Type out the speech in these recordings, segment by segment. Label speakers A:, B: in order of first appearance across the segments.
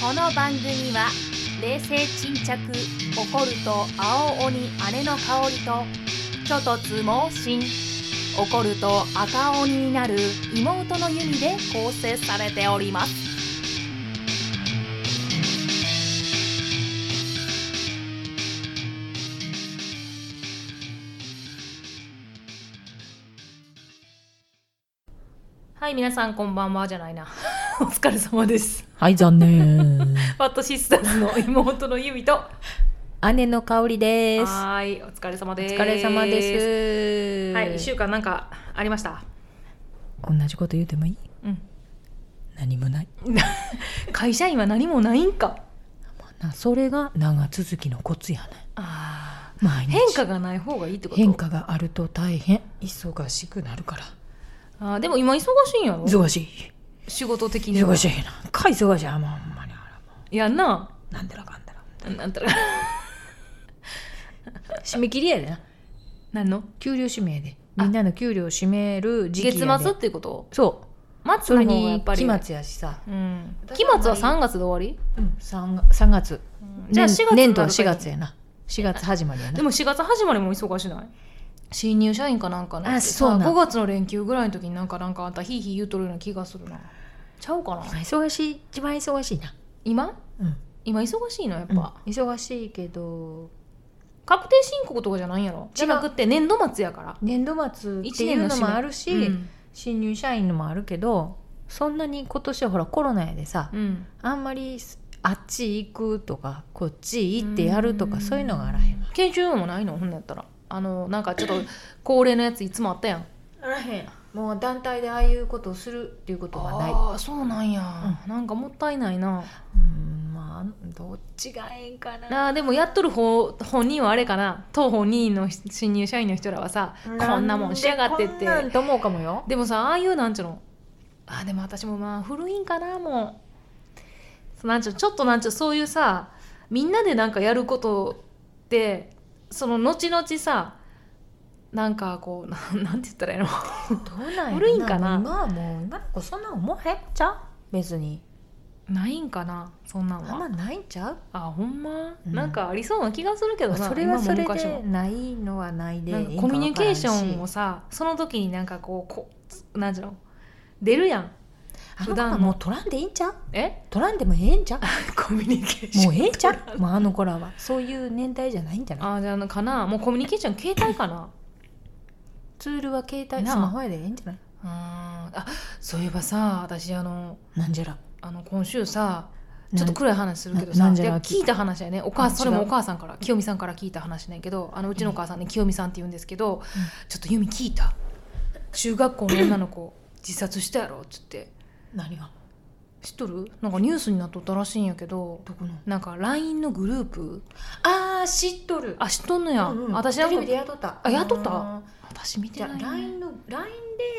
A: この番組は冷静沈着怒ると青鬼姉の香りとちょとつ猛進怒ると赤鬼になる妹の弓で構成されておりますはい皆さんこんばんはじゃないな お疲れ様です
B: はい、残念。
A: ファットシスターズの妹のユミと。は
B: 姉の香りです。お
A: ーい、お疲れ様です。
B: 疲れ様です。
A: はい、一週間なんかありました。
B: 同じこと言うてもいい
A: うん。
B: 何もない。
A: 会社員は何もないんか。
B: まあなそれが長続きのコツやね。
A: ああ。
B: 毎日
A: 変化がない方がいいってこと。
B: 変。化があると大変忙しくなるから。
A: ああ、でも今忙しいんやろ。
B: 忙しい。
A: 仕事的には。
B: 忙しいな。か忙しい。あもうほんまにあらも
A: い。やんな。
B: うなんでらかんだら。
A: なんたら。
B: 締め切りやでな。
A: 何の。
B: 給料締めやで。みんなの給料を締める時期や
A: 月
B: で。
A: 末っていうこと。
B: そう。そ
A: 末
B: れ
A: の方がや
B: に
A: っぱり。
B: 期。末やしさ。
A: うん。期末は三月で終わ
B: うん、3, 3月。
A: り。じゃあ四月。
B: 年度は4月。やな4月始まりやな
A: でも4月始まりも忙しない新入社員かなんかな
B: あそうなん
A: 5月の連休ぐらいの時になんかなんかあんたヒーヒー言うとるような気がするなちゃうかな
B: 今忙しい一番忙しいな、
A: 今
B: うん
A: 今忙しいのやっぱ、
B: 忙しいけど
A: 確定申告とかじゃないんやろ
B: 違う
A: じゃなくって年度末やから
B: 年度末ってい
A: 一年の
B: うの
A: 締
B: も
A: め
B: あるし、
A: うん
B: 新入社員のもあるけどそんなに今年はほらコロナやでさ、
A: うん
B: あんまりあっち行くとかこっち行ってやるとか
A: うん
B: そういうのがあらへんわ
A: 研修もないのほんなんやったらあのなんかちょっと恒例のやついつもあったやん
B: あらへんもう団体でああいうことをするっていうことがない
A: ああそうなんや、なんかもったいないな
B: うんまあどっちがええんかな
A: あーでもやっとる方本人はあれかな当本人の新入社員の人らはさこんなもんしやがってっ
B: なん
A: て
B: でこんなんと思うかもよ
A: でもさああいうなんちゅうのあでも私もまあ古いんかなもうそうなんちゅうちょっとなんちゅうそういうさみんなでなんかやることってその後々さなんかこう ななんて言ったらいいの
B: どうなんやろな
A: 古いんかな
B: 今はもう今の子そんな思えんちゃう別に
A: ないんかなそんなん
B: あん
A: は
B: まないんちゃう
A: あほんま、
B: うん
A: なんかありそうな気がするけどな
B: それはそれ
A: 今も昔
B: で
A: も
B: ないのはないで
A: なんか
B: いいん
A: コ
B: か
A: ミュニケーションを
B: わ
A: さその時になんかこうこうなんちゅうの出るやん
B: からんしあの子
A: 普段
B: は
A: の
B: もう取らんでいいんちゃう
A: え
B: 取らんでもええ んちゃう
A: コミュニケー
B: もうええんちゃうもうあの子らはそういう年代じゃないんじゃない
A: あーじゃあかなもうコミュニケーション携帯かな
B: ツールは携帯
A: なあ
B: スマホやでええんじゃないう
A: ーんあそういえばさ私あの
B: なんじゃら
A: あの今週さちょっと暗い話するけど
B: な
A: さ
B: なん
A: い
B: じゃら
A: や聞いた話やねお母
B: あ
A: それも
B: 違
A: お
B: う
A: 母さんから清美さんから聞いた話なんやけどあのうちのお母さんね清美さんって言うんですけど、ちょっと由美聞いた中学校の女の子自殺したやろっつって
B: 何が
A: 知っとるなんかニュースになっとったらしいんやけど
B: どこの
A: なんか LINE のグループ
B: ああ知っとる
A: あ知っとんのや、
B: うんうん
A: 私
B: テ
A: なん
B: レビで
A: か
B: 雇った
A: あ雇った
B: うん
A: 私見て
B: じゃ
A: ない
B: あ
A: ね
B: LINE の LINE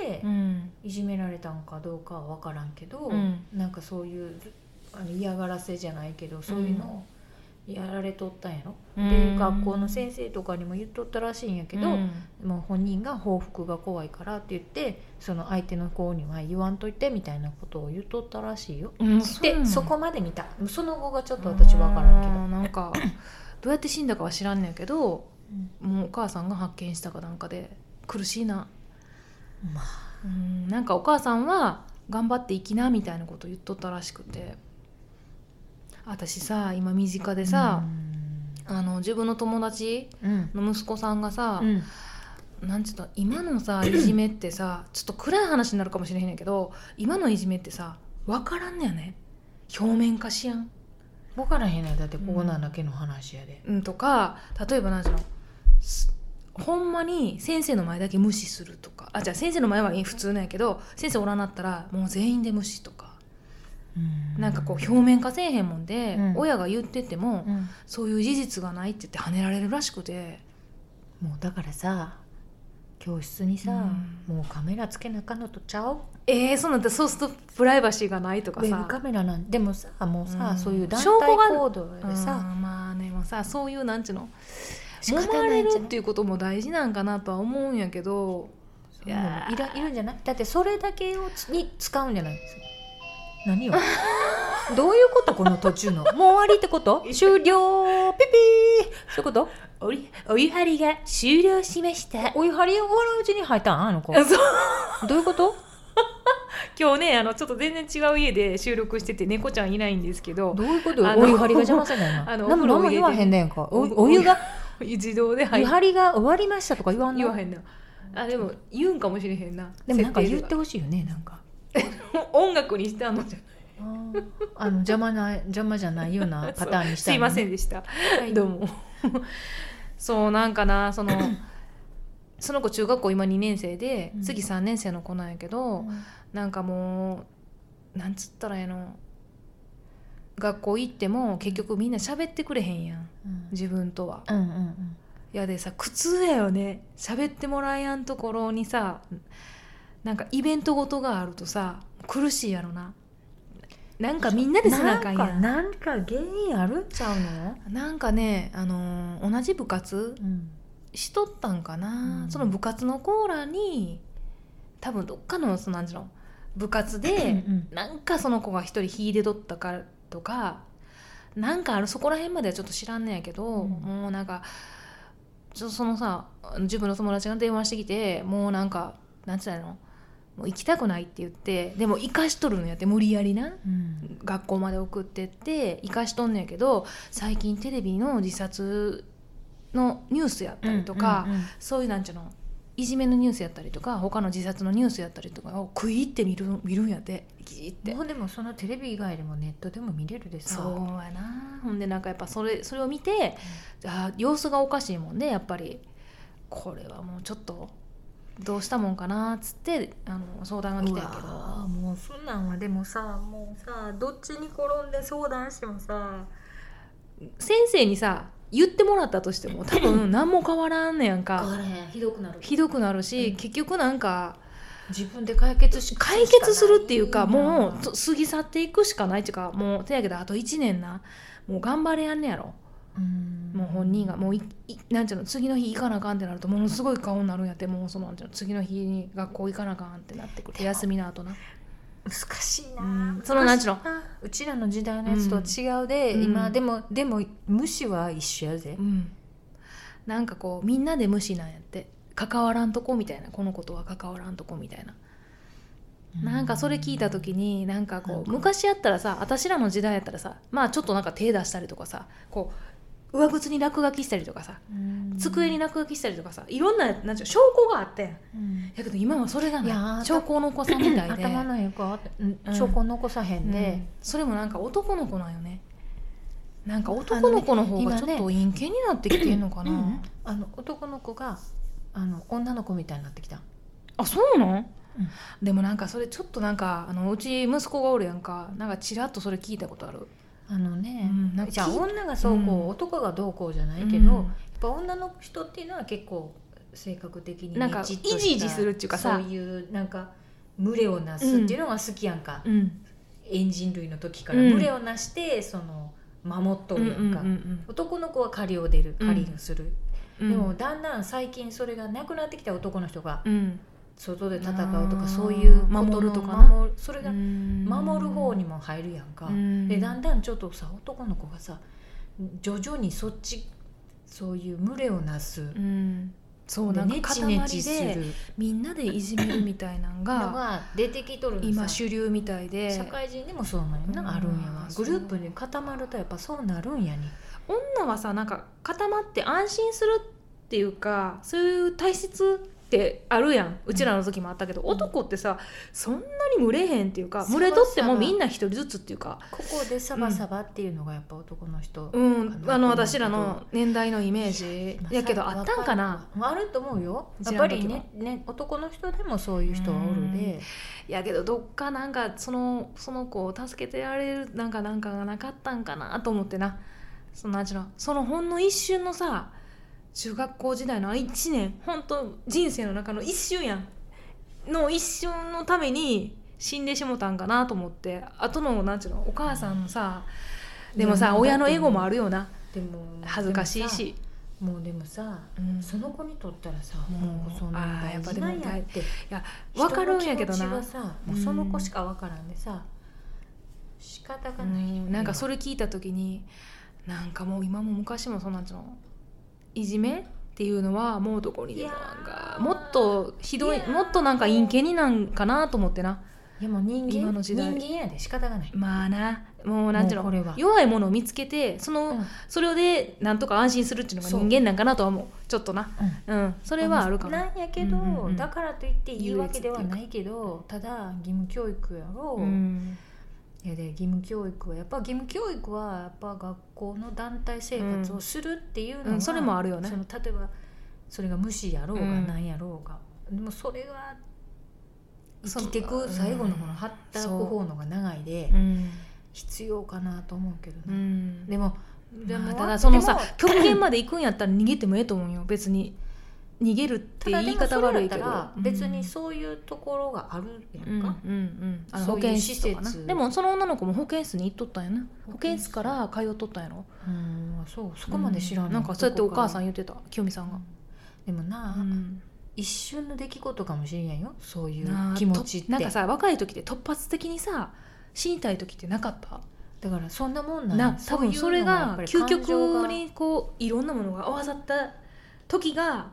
B: で
A: うん
B: いじめられたんかどうかは分からんけど、
A: うん
B: なんかそういうあの嫌がらせじゃないけどそういうのをやられとったんやろ、で学校の先生とかにも言っとったらしいんやけど、
A: うん
B: もう本人が報復が怖いからって言ってその相手の子には言わんといてみたいなことを言っとったらしいよ。
A: うんそうな
B: で
A: ん
B: そこまで見たその後がちょっと私分からんけど
A: あ、ーなん かどうやって死んだかは知らんねんけど
B: うん
A: もうお母さんが発見したかなんかで苦しいな
B: まあ
A: うんなんかお母さんは頑張って生きなみたいなこと言っとったらしくて私さ今身近でさ、あの自分の友達
B: うん
A: の息子さんがさ
B: う、ん
A: なんちゅうの今の さいじめってさちょっと暗い話になるかもしれへんねんけど今のいじめってさ分からんねやね表面化しやん
B: 分からへんねだってここなんだけの話やで。
A: うんとか例えば何しろほんまに先生の前だけ無視するとかあじゃあ先生の前はいい普通なんやけど先生おらんなったらもう全員で無視とかなんかこう表面化せえへんもんで、
B: うん
A: 親が言ってても、
B: うん
A: そういう事実がないって言って跳ねられるらしくて
B: もうだからさ教室にさ、
A: う
B: もうカメラつけなあかんのとちゃう
A: えー、そうなんだそうするとプライバシーがないと
B: ウ
A: か
B: ェブ
A: さ
B: カメラなんでもさもうさ、
A: うん
B: そういう団
A: 証拠が
B: 体行動でさ、
A: うんまあねもうさそういうなんちゅうの
B: 仕
A: 揉ま
B: 方な
A: れ
B: いん
A: る
B: じゃ
A: っ
B: な
A: て
B: い
A: いうことも大事なんかなとは思うんやけど
B: そういうのもい らいるんじゃないだってそれだけをつに使うんじゃないです何よどういうことこの途中のもう終わりってこと終了ピピーそういうこと
A: お りお湯張りが終了しました
B: お湯張り終わるうちに入ったんあの子
A: そう
B: どういうこと
A: 今日ねあのちょっと全然違う家で収録してて猫ちゃんいないんですけど
B: どういうこと よ
A: あの
B: お湯張りが邪魔じゃないの
A: あの
B: 何も何も言わへんねんかおお湯が
A: 自動で入
B: 湯
A: っ
B: 張りが終わりましたとか言わん
A: 言
B: の
A: わへんなあでも言うんかもしれへんな
B: でもなんか言って
A: 設
B: ほしいよねなんか
A: 定では音楽にしてあんのじゃ
B: あーあの邪魔な邪魔じゃないようなパターン にした
A: すいませ
B: ん、
A: んでした
B: はい
A: どうもそうなんかな そのその子中学校今2年生で、
B: うん
A: 次3年生の子なんやけど、
B: うん
A: なんかもうなんつったらええの学校行っても結局みんな喋ってくれへんやん
B: うん
A: 自分とは。
B: うんうん
A: いやでさ苦痛だよね喋ってもらえやんところにさなんかイベントごとがあるとさ苦しいやろな。なんかみんなでせなあかんやん。
B: なんかなんか原因あるんちゃうの、
A: なんかね、あのー同じ部活
B: うん、
A: しとったんかな、
B: うん
A: その部活のコーラに多分どっかのそのなんじろ部活
B: うん
A: でなんかその子が一人秀でとったかとかなんかあるそこら辺まではちょっと知らんねやけど、
B: うん
A: もうなんかちょそのさ自分の友達が電話してきてもうなんかなんつうのもう行きたくないって言ってでも行かしとるのやって無理やりな。
B: うん
A: 学校まで送ってって生かしとんねんけど最近テレビの自殺のニュースやったりとか、
B: うんうんうん
A: そういうなんちゅうのいじめのニュースやったりとか他の自殺のニュースやったりとかを食い入って見る見るんやってギーって
B: もうでもそのテレビ以外でもネットでも見れるでさ
A: そうやなほんでなんかやっぱそれそれを見て、あー様子がおかしいもんねやっぱりこれはもうちょっとどうしたもんかなっつってあの相談が来たんやけ
B: う
A: ど
B: わーもうそんなんはでもさもうさどっちに転んで相談してもさ
A: 先生にさ言ってもらったとしても多分何も変わらんねやんか。
B: あれひどくなる
A: ひどくなるし、
B: うん
A: 結局なんか
B: 自分で解決し
A: 解決するっていうか
B: しな
A: もうと過ぎ去っていくしかないっていうかもう手やけどあと1年なもう頑張れやんねやろ
B: うん
A: もう本人がもういいなんていうの次の日行かなあかんってなるとものすごい顔になるんやってもうそのなんていうの次の日に学校行かなあかんってなってくる
B: でも
A: 休みの後な
B: 難しいな、
A: うんそのなんちゅうの
B: 難しいなうちらの時代のやつとは違うで、
A: うんう
B: 今
A: ん
B: でもでも無視は一緒やぜ
A: う、んなんかこうみんなで無視なんやって関わらんとこみたいなこのことは関わらんとこみたいななんかそれ聞いた時になんか
B: な
A: こ
B: ん
A: う
B: か
A: 昔やったらさ私らの時代やったらさまあちょっとなんか手出したりとかさこう上靴に落書きしたりとかさ
B: うん
A: 机に落書きしたりとかさいろんななんていうの証拠があったやん
B: うん
A: やけど今はそれが
B: いやー
A: ない証拠を残さんみたいで
B: 頭のよくあってうん
A: うん
B: 証拠残さへんで、
A: ねそれもなんか男の子なんよねなんか男の子の方が
B: あ
A: ちょ
B: のね
A: っと陰険になってきてんのかな、
B: うんあの男の子があの女の子みたいになってきた
A: あそうなん、
B: うん
A: でもなんかそれちょっとなんかあのうち息子がおるやんかなんかちらっとそれ聞いたことある
B: あのね、
A: うんなんか
B: じゃあ
A: 聞い
B: 女がそうこう、
A: うん
B: 男がどうこうじゃないけど、やっぱ女の人っていうのは結構性格的に
A: なんか
B: ねじっとした
A: イジイジするっていうかさ
B: そういうなんか群れをなすっていうのが好きやんか、
A: うん、うん
B: エンジン類の時から
A: うん
B: 群れをなしてその守っと
A: うん
B: るやん
A: う
B: か、
A: んうん
B: 男の子は狩りを出る
A: うん
B: 狩りをす
A: う
B: る、
A: ん
B: でもだんだん最近それがなくなってきた男の人が
A: うん
B: 外で戦
A: あ
B: うと
A: ー
B: かそういうことの
A: 守るとかな
B: 守るそれが
A: 守
B: 守る方にも入るやんか、でだんだんちょっとさ男の子がさ徐々にそっちそういう群れをなす、
A: うんそう
B: で
A: なん
B: ネ
A: か
B: チネチ
A: 塊
B: す
A: で
B: る
A: みんなでいじめるみたいなん
B: の
A: が
B: が出てきとるのさ
A: 今主流みたいで
B: 社会人でもそうなんやな、あるんやわ
A: うん
B: グループに固まるとやっぱそうなるんやね
A: 女はさなんか固まって安心するっていうかそういう体質ってあるやんうちらの時もあったけど、男ってさそんなに群れへんっていうか
B: そう
A: 群れとって
B: そ
A: も
B: う
A: みんな一人ずつっていうか
B: ここでサバサバっていうのがやっぱ男の人、
A: うんあの
B: うん
A: 私らの年代のイメージやけどあったんかな
B: あると思うよ
A: うち
B: やっ
A: らの
B: ぱ
A: 時は
B: りねね男の人でもそういう人はおるで
A: いやけどどっかなんかそのその子を助けてやれるなんかなんかがなかったんかなと思ってなそのなんちゅうのそのほんの一瞬のさ中学校時代のあ1年ほんと人生の中の一瞬やんの一瞬のために死んでしもたんかなと思ってあとのなんちゅうのお母さんのさでも
B: い
A: さ
B: や
A: 親のエゴもあるよな
B: でも
A: 恥ずかしいし、
B: もうでもさ
A: うん、
B: その子にとったらさ
A: もう
B: もうそん
A: あ
B: な
A: ーやっ
B: 大
A: ぱ
B: 事なんや
A: で
B: っ
A: も
B: て
A: わかるんやけど
B: 人の気持ちは
A: な
B: さもうその子しかわからんでさ仕方
A: う
B: がない、
A: ん、なんかそれ聞いた時になんかもう今も昔もそんなんちのいじめっていうのはもうどこにでもなんか
B: いやー
A: もっとひどい
B: いやー
A: もっとなんか陰気になんかなと思ってない
B: やもう人間
A: 今の時代
B: 人間やで仕方がない
A: まあなもうなんち
B: もうこ
A: の
B: れは
A: 弱いものを見つけてその、
B: うん
A: それでなんとか安心するっていうのが
B: そう
A: 人間なんかなとは思うちょっとな
B: うん
A: うんそれはあるかな
B: なんやけど、
A: うんうんうん
B: だからといっていいわけではないけどただ義務教育やろう、
A: うん
B: いやで義務教育はやっぱ義務教育はやっぱ学校の団体生活をするっていうのは、
A: うんうんそれもあるよね
B: その例えばそれが無視やろうが
A: うん
B: なんやろうが、でもそれが
A: そ
B: 生
A: の
B: きてく最後のこの働く方のが長いで
A: うん
B: 必要かなと思うけど
A: う
B: ね、
A: ん
B: でもで
A: ま
B: も
A: あ、ただその
B: で
A: さ
B: も
A: 極限まで行くんやったら逃げてもええと思うよ別に逃げるって
B: ただ
A: 言
B: で
A: い
B: も
A: 方
B: それ
A: 悪
B: や
A: い
B: っ
A: け
B: た
A: ど
B: ら別にそういうところがあるや
A: うん
B: ん
A: うん
B: か、
A: うんあの
B: そ
A: 保
B: ういう
A: 健室とか
B: 施
A: な
B: 設
A: でもその女の子も保健室に行っとったんやな
B: 保健室
A: 保健室から通っとったんやろ
B: うんそうそこまで知
A: う
B: らない、
A: んなんかそうやってお母さん
B: ん
A: 言ってた清美さんが、
B: でもな、
A: うん
B: 一瞬の出来事かもしれんよそういう
A: なあ
B: 気持ちって
A: となんかさ若い時って突発的にさ死にたい時ってなかった
B: だからそんなもんなんや
A: な多分それが究極にこういろんなものが合わさった時が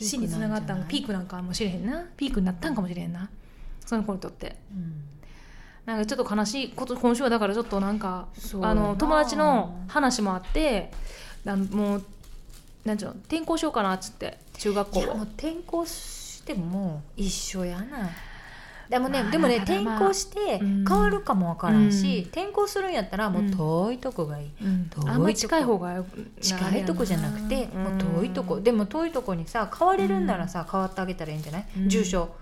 A: 死につながったのピー
B: ク、
A: クなんかもしれへんなピークになったんかもしれへんなその子にとって
B: うん
A: なんかちょっと悲しいこと今週はだからちょっとなんか
B: そう
A: あ
B: な
A: の
B: あ
A: 友達の話もあってあのもうなんちゅうの転校しようかなっつって中学校
B: いや
A: を
B: もう転校してももう一緒やなでもね、
A: まあ
B: でもね
A: ただ
B: 転
A: まあ
B: 校して
A: うん
B: 変わるかもわからんし、
A: うん
B: 転校するんやったらもう遠いとこがいい、
A: うん
B: 遠いとこ
A: あんま近い方がよくあれ
B: 近
A: や
B: いとこじゃなくてもう遠いとこ
A: うん
B: でも遠いとこにさ変われるんならさ変わってあげたらいいんじゃない、
A: うん
B: 住所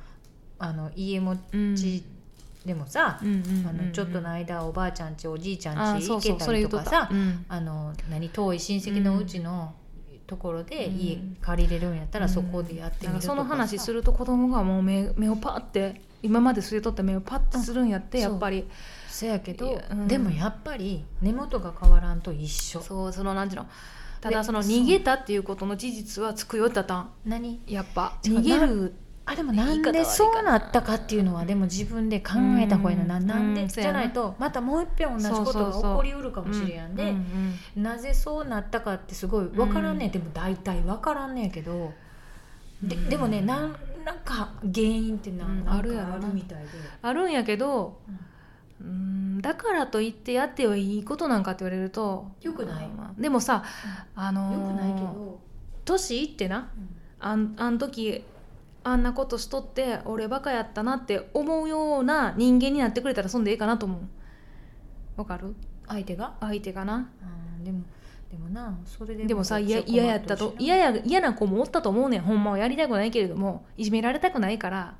B: あの家持
A: うん
B: ちでもさ、
A: うんうんうん
B: あのちょっとの間おばあちゃんちおじいちゃ
A: あ
B: んち
A: そ
B: 行
A: うそ
B: け
A: う
B: た
A: それ
B: り
A: 言
B: と
A: っとっ
B: か
A: た
B: さ
A: うん
B: あの何遠い親戚のうちのところで
A: うん
B: 家借りれるんやったらそこでやってみ
A: なん
B: る
A: か
B: と
A: そ
B: か
A: の話す
B: る
A: ると子供がもう目目をパッて今まで据えとった目をパッてするんやって
B: うん
A: やっぱり
B: そやけ
A: い
B: ど
A: や、うん
B: でもやっぱり根元が変わらんと一緒
A: そうそのなんていうのただ
B: で
A: その
B: そう
A: 逃げたっていうことの事実はつくよったたん
B: 何
A: やっぱ
B: 違う
A: 逃げる
B: あでも
A: 言い
B: な
A: 方
B: ん
A: 悪いか
B: で
A: な
B: そうなったかっていうのはでも自分で考えた方がいいのな,、
A: うん
B: なん
A: う
B: で
A: ん
B: じゃないとまたもう一遍同じこ
A: そう
B: とが
A: そう
B: 起
A: そう
B: こりうるかもしれやんで、
A: ううん
B: なぜそうなったかってすごい分からんね、
A: うん
B: でも大体分からんねやけど、で
A: うん
B: でもねなんなんか原因ってな,、
A: うん
B: なんか
A: あるやろな
B: あるみたいで、
A: あるんやけどうんだからといってやってはいいことなんかって言われると
B: よくない
A: まあでもさあのー
B: よくないけど、
A: 年いってなあんあん時あんなことしとって俺バカやったなって思うような人間になってくれたらそんでええかなと思うわかる
B: 相手が、
A: 相手かな
B: うん、でもでもなそれで
A: でもさ嫌
B: こっちは
A: 嫌やったと
B: 困るしな
A: 嫌や嫌な子もおったと思うねんほんまはやりたくないけれどもいじめられたくないから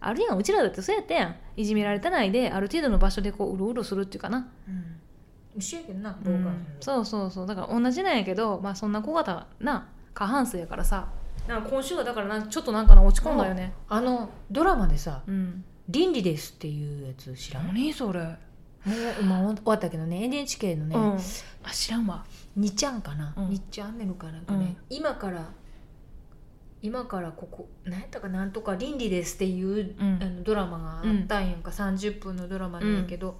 A: あるやんうちらだってそうやったやんいじめられたないである程度の場所でこううろうろするっていうかな、
B: うん、一緒やけどな
A: う
B: 傍観
A: ん、そうそうそうだから同じなんやけどまあそんな子方な過半数やからさなんか今週はだからなちょっとなんかな落ち込んだよね
B: あのドラマでさ
A: うん
B: 「倫理です」っていうやつ知らんもう
A: 何それ、
B: 今終わったけどね NHK のね、
A: うんあ知らんわ
B: にちゃんかな、
A: うん
B: にちゃんねるかなんかね、今から今からここ何やったかなんとか倫理ですっていう、
A: うん
B: あのドラマがあったんやんか、30分のドラマなんやけど、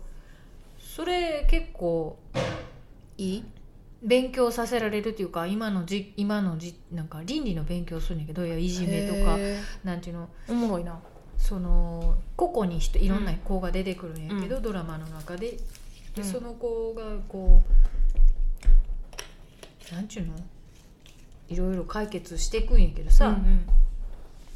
B: それ結構いい勉強させられるというか今のじ今のじなんか倫理の勉強するんやけどいやいじめとか
A: へ
B: なんていうの
A: ーおもろいな
B: その個々に人いろんな子が出てくるんやけど、
A: う
B: ドラマの中で
A: う
B: で
A: ん
B: その子がこうなんちゅうのいろいろ解決していくんやけどさ、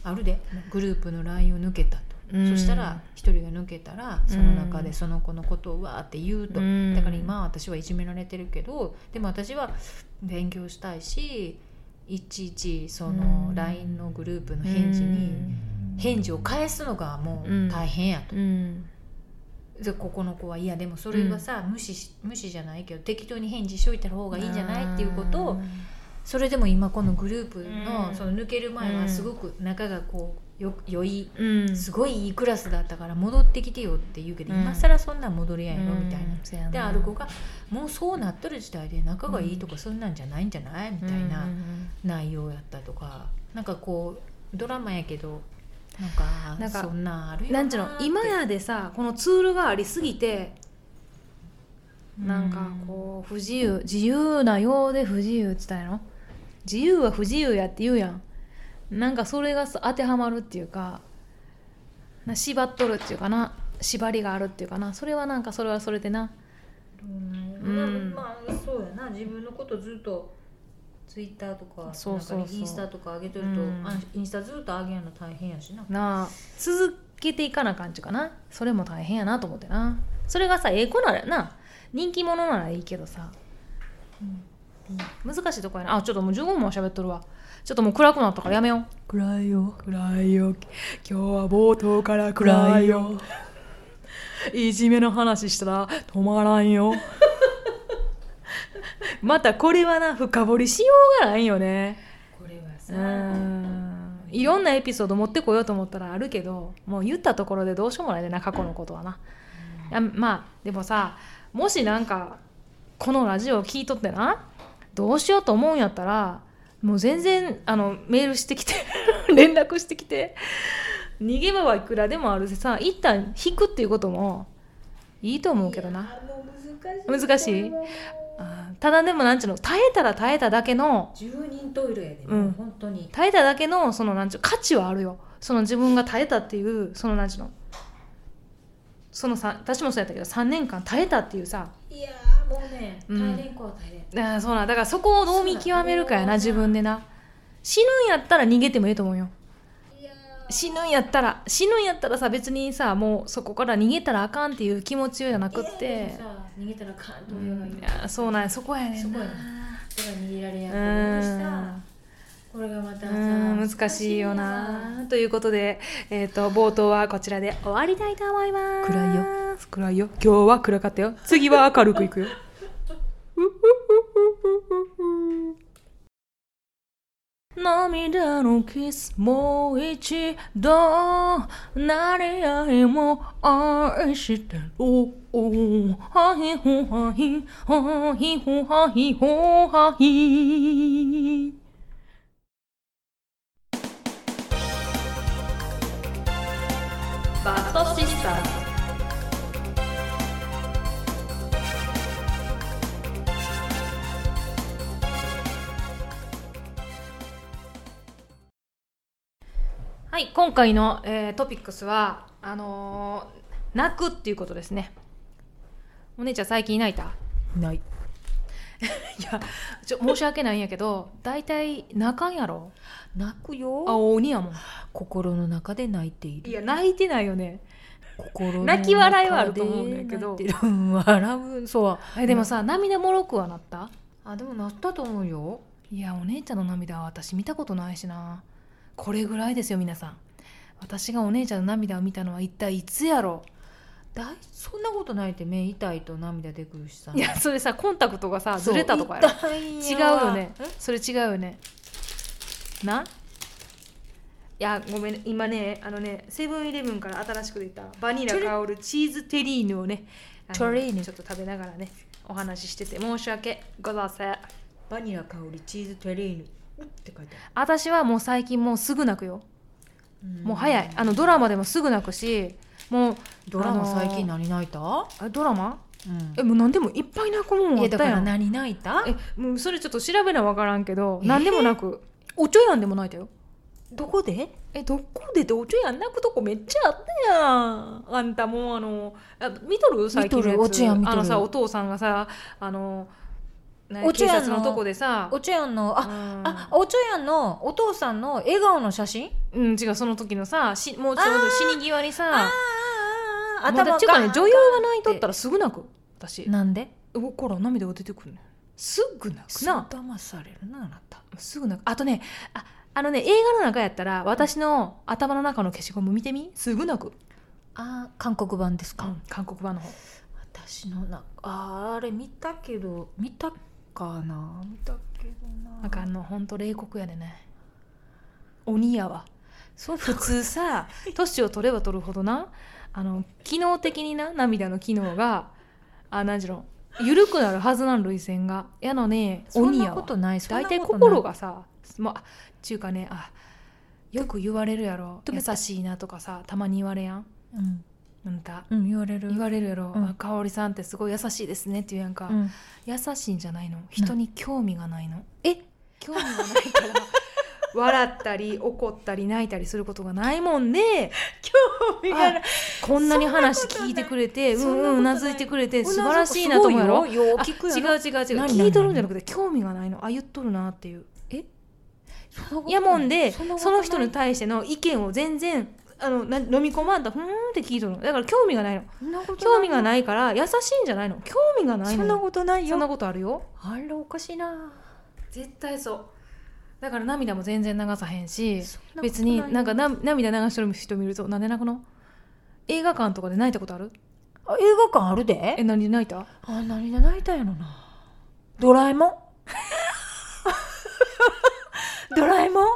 B: あるでグループの LINE を抜けたと、
A: うん
B: そしたら一人が抜けたらその中でその子のことをわーって言うと、
A: うん
B: だから今私はいじめられてるけどでも私は勉強したいしいちいちその
A: うん
B: LINE のグループの返事に、返事を返すのがもう大変やと、
A: うん
B: でここの子はいやでもそれはさ、無視し無視じゃないけど適当に返事しといた方がいいんじゃないっていうことをそれでも今このグループの,、
A: うん
B: その抜ける前
A: う
B: は
A: ん
B: すごく仲がこうよよい
A: うん
B: すごいいいクラスだったから戻ってきてよって言うけど、
A: うん
B: 今更そんなん戻りやん
A: う
B: の
A: ん
B: みたいな。
A: そうやな
B: である子がもうそうなっとる時代で仲がいいとかそんなんじゃないんじゃないみたいな
A: うん
B: 内容やったとかなんかこうドラマやけどなんか
A: なんか
B: そんなんあるよ
A: なんちゅうの今やでさこのツールがありすぎてなんかこう不自由自由なようで不自由って言ったんやろ自由は不自由やって言うやんなんかそれがさ当てはまるっていうかな縛っとるっていうかな縛りがあるっていうかなそれはなんかそれはそれでな
B: どうなんやろ
A: うん
B: まあそうやな自分のことずっとツイッターとか
A: そうそうそう
B: なんかインスタとか上げてると、
A: うん
B: あインスタずっと上げるの大変やしな
A: なあ続けていかな感じかなそれも大変やなと思ってなそれがさええ子ならな人気者ならいいけどさ難しいとこやなあちょっともう15分も喋っとるわちょっともう暗くなったからやめよう
C: 暗いよ暗いよ今日は冒頭から暗いよ
A: いじめの話したら止まらんよまたこれはな深掘りしようがないよね
B: これは
A: う
B: さ
A: んいろんなエピソード持ってこようと思ったらあるけどもう言ったところでどうしようもないでな過去のことはなあまあでもさもしなんかこのラジオを聞いとってなどうしようと思うんやったらもう全然あのメールしてき て連絡してきて逃げ場はいくらでもあるしさ一旦引くっていうこともいいと思うけどな。
B: いやもう難しい
A: 難しいあーただでもなんちゅうの耐えたら耐えただけの
B: 十人トイレやで、ね
A: うん
B: 本当に
A: 耐えただけのそのなんちゅう価値はあるよその自分が耐えたっていうそのなんちゅうのそのさ私もそうやったけど3年間耐えたっていうさ
B: いやーもうね
A: う
B: 大
A: ん
B: 連行は大連、
A: あーそうなんだからそこをどう見極めるかやな自分でな死ぬんやったら逃げてもいいと思うよ
B: いやー
A: 死ぬんやったら死ぬんやったらさ別にさもうそこから逃げたらあかんっていう気持ちよじゃなくっ
B: いや
A: て
B: でもさ逃げたらカンと
A: う
B: 親が言
A: ん
B: う
A: いやーそうなんやそこやねんな
B: そこやね人が逃げられや
A: う
B: すいようにした
A: ん
B: これがまた
A: う
B: さ
A: ーん難しいよなということで、えー、と冒頭はこちらで終わりたいと思います
C: 暗いよ暗いよ今日は暗かったよ次は明るくいくよ
A: 涙のキスもう一度なれ合いも愛してるはひほはひはひほはひほはひバッドシスターズはい、今回の、えートピックスはあのー泣くっていうことですね。お姉ちゃん最近泣いた？
C: ない
A: いや、ちょ申し訳ないんやけど、大体泣かんやろ。
B: 泣くよ
A: あ、鬼やもん。
B: 心の中で泣いてい
A: い
B: る
A: や、泣いてないよね。
B: 心の
A: 泣き笑いはあると思うんだけど
B: 中で泣いてる笑うそう
A: えでもさ、涙もろくはなった？
B: あでも泣ったと思うよ
A: いや、お姉ちゃんの涙は私見たことないしな。これぐらいですよ皆さん。私がお姉ちゃんの涙を見たのは一体いつやろ
B: だいそんなことないって目痛いと涙出くるしさ
A: いやそれさコンタクトがさ
B: そう
A: ずれたとかやろ
B: 痛いん
A: 違う
B: や
A: よね
B: え
A: それ違うよねないやごめんね今ねあのねセブンイレブンから新しく出たバニラ香るチーズテリーヌをねあの
B: テリーヌ
A: ちょっと食べながらねお話ししてて申し訳ございません
B: バニラ香りチーズテリーヌうって書いてあ
A: 私はもう最近もうすぐ泣くよ
B: る
A: もう早いあのドラマでもすぐ泣くしもう
B: ドラマ最近
A: な
B: 何泣いた、
A: あドラマえ
B: う
A: もう何でもいっぱい泣くもん
B: ん、い
A: あ
B: や
A: っ
B: だ
A: た
B: か
A: や
B: ら
A: ん
B: 何泣いた
A: えもうそれちょっと調べなわからんけど
B: え
A: 何でもなくおちょやんでも泣いたよ
B: どこで
A: えどこでどうちょやん泣くとこめっちゃあったやんあんたもうあのあ見とる最近のや
B: 見
A: つ
B: とるおちょやん見とる
A: あのさお父さんがさあのね
B: おちょ
A: 警
B: やんの
A: 察のとこでさ
B: おちょやんのあ、
A: うん
B: あおちょやんのお父さんの笑顔の写真
A: うん違うその時のさしもうちょうど死に際にさ
B: あ
A: もうだっていうかね女優が泣いとった
B: ら
A: らすぐ泣く私
B: なんで
A: こから涙が出てくるねすぐ泣くな
B: 騙されるなあなた
A: すぐ泣くあとねああのね映画の中やったら私の頭の中の消しゴム見てみすぐ泣く、
B: あー韓国版ですか、
A: うん韓国版の方
B: 私のなあーあれ見たけど見たかな見たけどな
A: なんかあのほんと冷酷やでね鬼やわそう普通さ 年を取れば取るほどなあの機能的にな涙の機能があ何時ろ緩くなるはずなん涙腺がやのね
B: そん
A: 鬼
B: な
A: や
B: こ
A: わ
B: とないそん
A: 大
B: な
A: 体
B: ことない
A: 心がさまあちゅうかねあよく言われるやろ
B: でも
A: 優しいなとかさたまに言われやん
B: うん
A: うんた
B: うん言われる
A: 言われるやろ、
B: うん
A: あ香織さんってすごい優しいですねっていうやんか、
B: うん
A: 優しいんじゃないの人に興味がないのえ興味がないから 笑ったり怒ったり泣いたりすることがないもんで
B: 興味がない
A: こんなに話聞いてくれてう
B: そんなこと
A: ん
B: な
A: う
B: い
A: んうなずいてくれて素晴らしいなと思うやろ
B: すごいよよう
A: あ違う
B: 聞くよ
A: 違う違う
B: 何
A: 聞いとるんじゃなくて興味がないのあ言っとるなっていうえいやもんでその人に
B: に
A: 対しての意見を全然あのな飲み込まんとふーんって聞いとるのだから興味がないの興味がないから優しいんじゃないの興味がない
B: そ
A: の
B: んなことない
A: そんな
B: よ
A: ことあるよ
B: あらおかしいな
A: 絶対そうだから涙も全然流さへんし
B: そんなことない
A: 別になんかな涙流してる人見るとなんで泣くの映画館とかで泣いたことある
B: あ映画館ある
A: え
B: で
A: 何で泣いた
B: あ何で泣いたんやろなドラえもん ドラえもん
A: あ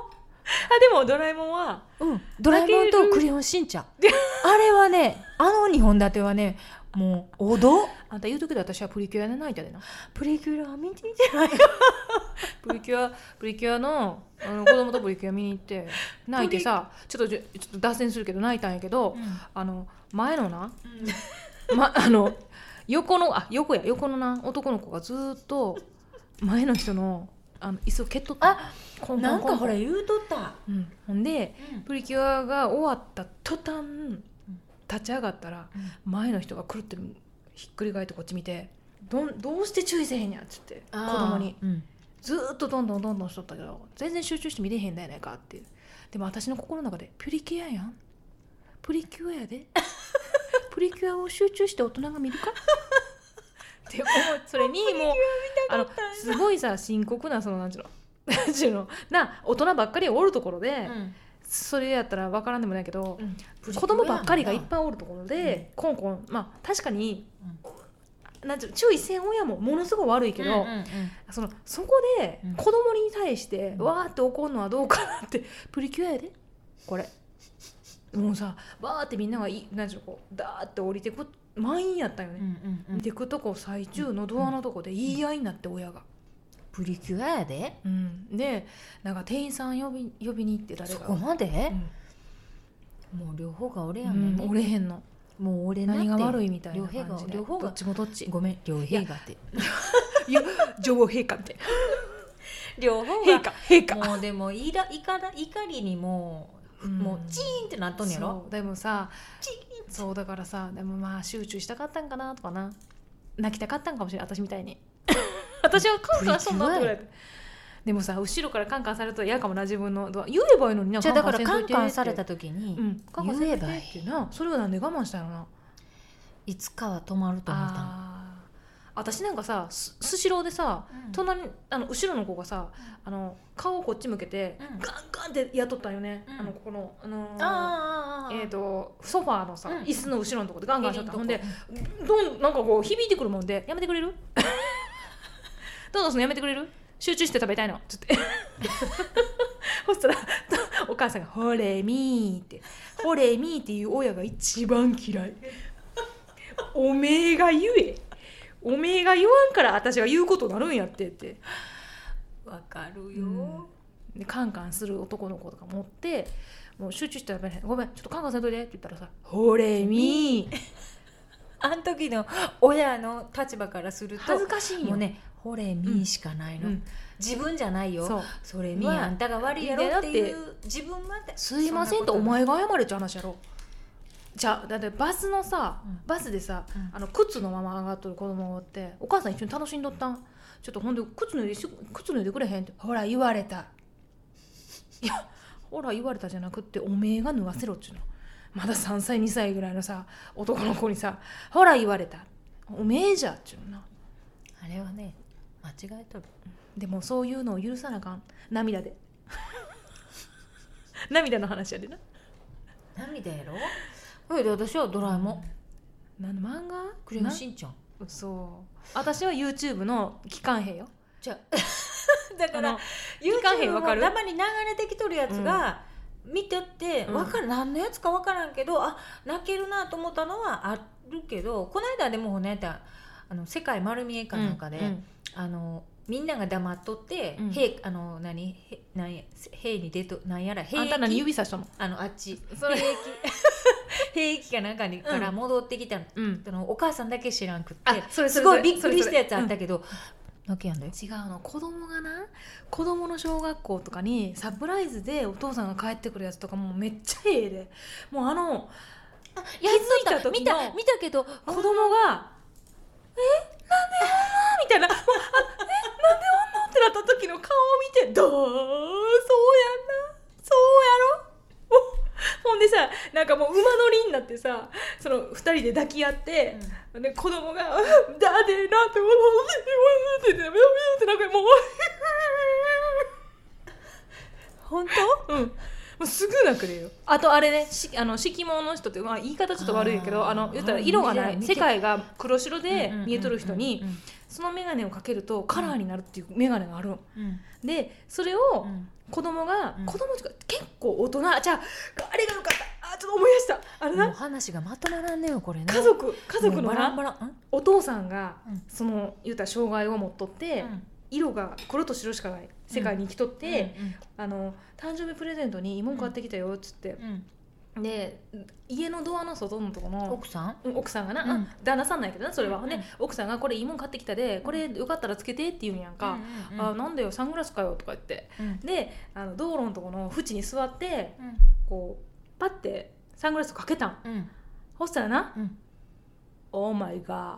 A: でもドラえもんは
B: うん、ドラえもんとクレヨンしんちゃん。あれはね、あの二本立てはね、もう、おど
A: あんた言うときで私はプリキュアで泣いたでな
B: プリキュラ見ていじゃない
A: プリキュアプリキュアのあの子供とプリキュア見に行 って泣いてさちょっとじゅちょっと脱線するけど泣いたんやけど、あの前のな、ま、 あの横のあ横や横のな男の子がずーっと前の人のあの椅子を蹴っとったのコンコンコ
B: な
A: ン
B: ん
A: コン
B: かほら言うとった。
A: うん、ほんでプリキュアが終わった途端立ち上がったら前の人がくるってひっくり返ってこっち見て「どんどうして注意せえへんや」っつって子供に
B: うん。
A: ずーっとどんどんどんどんしとったけど全然集中して見れへんだよねかっていうでも私の心の中で「プリキュアやんプリキュアや でプリキュアを集中して大人が見るか?」って思うそれにもうあのすごいさ深刻なそのなんちゅうのなんちゅうのな大人ばっかりおるところで。それやったら分からんでもないけど、子供ばっかりがいっぱいおるところで、コンコンまあ確かに、なんていうの注意せん親もものすごい悪いけど、そのそこで
B: うん
A: 子供に対して、
B: うん
A: わーって怒るのはどうかなってプリキュアやでこれもうさわーってみんながいなんていうのこうダーって降りてく満員やったよね、でくとこ最中のドアのとこで言い合いになって親が、
B: プリキュアやで
A: うんでなんか店員さん呼び呼びに行って誰
B: そ
A: か
B: こまで
A: うん
B: もう両方が俺
A: う
B: やん
A: ん、
B: ね。
A: 折れへんの
B: もう俺
A: 何が悪
B: い
A: いみたいな感じで
B: 両方が両方が
A: どっちもどっ ち
B: ごめん、両陛下って。
A: 女王陛下みたいな
B: 両方
A: 陛下陛下
B: もうでもいら怒ら怒りにもう、
A: うん
B: もうチーンってなっとんやろ
A: そうでもさ
B: チ
A: そうだからさでもまあ集中したかったんかなとかな泣きたかったんかもしれない私みたいに 私はカンカンしとんなってぐらいでもさ後ろからカンカンされると嫌かもな自分のドア言えばいいのにな
B: じゃあだからカ
A: せん
B: ン
A: といて
B: カンされた時に、
A: うんカンカンされてっていう
B: 言
A: なそれをなんで我慢したのない
B: つかは止まると思ったの
A: あー私なんかさススシローでさ隣あの後ろの子がさあの顔をこっち向けて、
B: うん
A: ガンガンってやっとったんよね、
B: うん
A: あのここの、あのー
B: あ
A: えー、とソファーのさ、
B: うん
A: 椅子の後ろのとこでガンガンしとったほん
B: で
A: でどんなんかこう響いてくるもんで「やめてくれる? 」 どうぞそのやめてくれる集中して食べたいの」つって そしたらお母さんが「ほれみー」って「ほれみー」っていう親が一番嫌いおめえが言えおめえが言わんから私が言うことなるんやってって
B: わかる
A: う
B: よ、
A: んでカンカンする男の子とか持ってもう集中して食べれへんごめんちょっとカンカンせんといてって言ったらさ「ほれみー
B: あん時の親の立場からする」と
A: 恥ずかしいよ
B: もうね「ほれみ」しかないの、
A: うん
B: 自分じゃないよ
A: そ
B: そうれみ
A: まあ
B: あんたが悪いやろっていう自分まで
A: 「すいません」と「お前が謝れ」って話やろじゃあだってバスのさ
B: うん
A: バスでさ、
B: うん
A: あの靴のまま上がっとる子供がおってお母さん一緒に楽しんどったんちょっとほんで靴脱いでし靴脱いでくれへんってほら言われたいやほら言われたじゃなくっておめえが脱がせろっちゅうのまだ3歳2歳ぐらいのさ男の子にさほら言われたおめえじゃっちゅうのな
B: あれはね間違えとる
A: でもそういうのを許さなあかん涙で 涙の話やでな
B: 涙やろほいで私はドラえもん、
A: なん漫画
B: クレヨンしんちゃん
A: そう私は YouTube の期間兵よ
B: じゃあ だか
A: あ
B: ら
A: の
B: YouTube
A: わ
B: も
A: か
B: た
A: る
B: まに流れてきとるやつが見てって、
A: うん
B: わかる何のやつか分からんけどあ泣けるなと思ったのはあるけどこの間でもほねたあの世界丸見えかなんかで、
A: うん
B: あのみんなが黙っとって、
A: うん
B: 兵あの何へ何や兵に出となんやら兵
A: あんた何
B: 役
A: 指さしたの
B: あのあっち
A: それ
B: 兵 役兵役かなんかにから戻ってきたの,、
A: うん
B: のお母さんだけ知らんくって
A: あそれそ
B: す
A: れ
B: ご
A: それ
B: いびっくりしたやつあっ
A: そ
B: たけど、泣きやんだよ
A: 違うの子供がな子供の小学校とかにサプライズでお父さんが帰ってくるやつとかもうめっちゃええでもうあの
B: や
A: 気づいた時の
B: 見た見たけど
A: 子供が「えなんで女?」みたいな「 もうあえなんで女?」ってなった時の顔を見て「どうそうやんなそうやろ?」もうほんでさなんかもう馬乗りになってさその2人で抱き合って、で子供が 「だでな」って「うわうわうわうわうわうわうわうわうわうわうわうわうわうわうわってなんかもう
B: 本当
A: うん、もうすぐ泣くでよあとあれねしあの色盲の人って、まあ、言い方ちょっと悪いけど
B: あ
A: あ
B: ー
A: の言ったら色がな
B: あー
A: い
B: 見て
A: 世界が黒白で見えとる人に
B: うんうん
A: その眼鏡をかけるとカラーになるっていう眼鏡があるん
B: うんうん
A: でそれ
B: う
A: を
B: ん
A: 子供が、
B: うん
A: 子供とか結構大人じゃああれがよかったあちょっと思い出したあれ
B: もう
A: な
B: 話がまとまらんねよこれね
A: 家族家族
B: も
A: の
B: うバランバ
A: な
B: ラン
A: お父さんが、
B: うん
A: その言ったら障害を持っとって、
B: うん
A: 色が黒と白しかない世界に生きとって、あの誕生日プレゼントに「いいもん買ってきたよ」っつって、
B: うんうん
A: で家のドアの外のとこの
B: 奥さん
A: うん奥さんがな、
B: うん
A: あ旦那さんなんやけどなそれは、
B: うんうん
A: ね奥さんが「これいいもん買ってきたでこれよかったらつけて」って言うんやんか「
B: うんうん
A: あなんだよサングラスかよ」とか言って
B: うん
A: であの道路のとこの縁に座って
B: うん
A: こうパッてサングラスかけたん
B: うん
A: ほしたらな
B: うん
A: 「オーマイ ガー」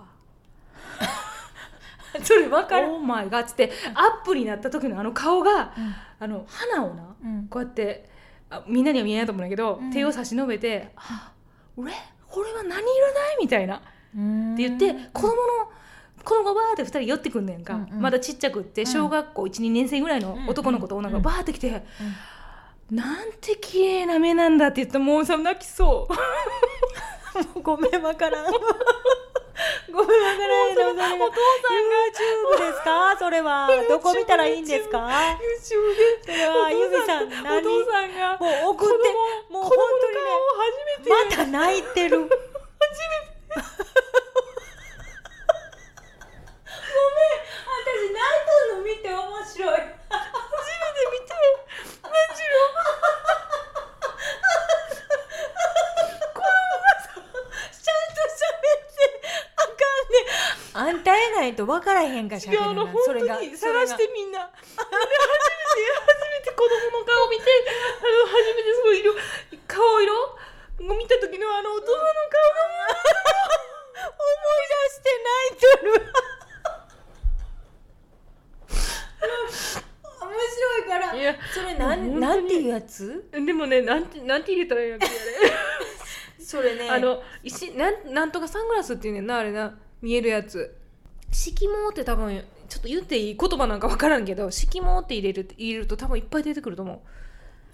B: それ分
A: 「オーマイガー」っつってアップになった時のあの顔があの花をな
B: うん
A: こうやってあみんなには見えないと思うんだけど、
B: うん
A: 手を差し伸べて「あ俺これは何色ない?」みたいな。
B: うん
A: って言って子供の子供がバーって2人寄ってくんねんか、
B: うんうん
A: まだちっちゃくっ
B: う
A: て
B: ん
A: 小学校12、年生ぐらいの男の子と女の子がバーって来て、なんて綺麗な目なんだって言ってもうさ泣きそう
B: うんごめん分からん ごめん分からん
A: お父さんが
B: YouTube ですかそれはどこ見たらいいんですか
A: YouTube
B: そ
A: で
B: れはゆみさん
A: お
B: 何
A: 父さんが
B: もう送
A: 子供
B: ってもう
A: 子供の顔
B: 本
A: を
B: 当
A: 初めて、
B: にねまた泣いてる。初めて。ごめん。私泣いとんの見て面白い。
A: 初めて見て何ちゅ
B: ちゃんと喋ってあかんね。あんたえないと分からへんかしゃ
A: 違うの本当に探してみんなみんな初めて初めて子供の顔見てあの初めてそう色顔色を見た時のあの大人の
B: 思い出して泣いてる。面白いから。
A: 顔がいや
B: それ
A: もう本当
B: なん
A: に
B: なんていうやつ？
A: でもねなんてなんて入れたらいいのか
B: それね。
A: あれあの石なんなんとかサングラスっていうねんなあれな見えるやつ色盲って多分ちょっと言っていい言葉なんか分からんけど色盲って入れる入れると多分いっぱい出てくると思う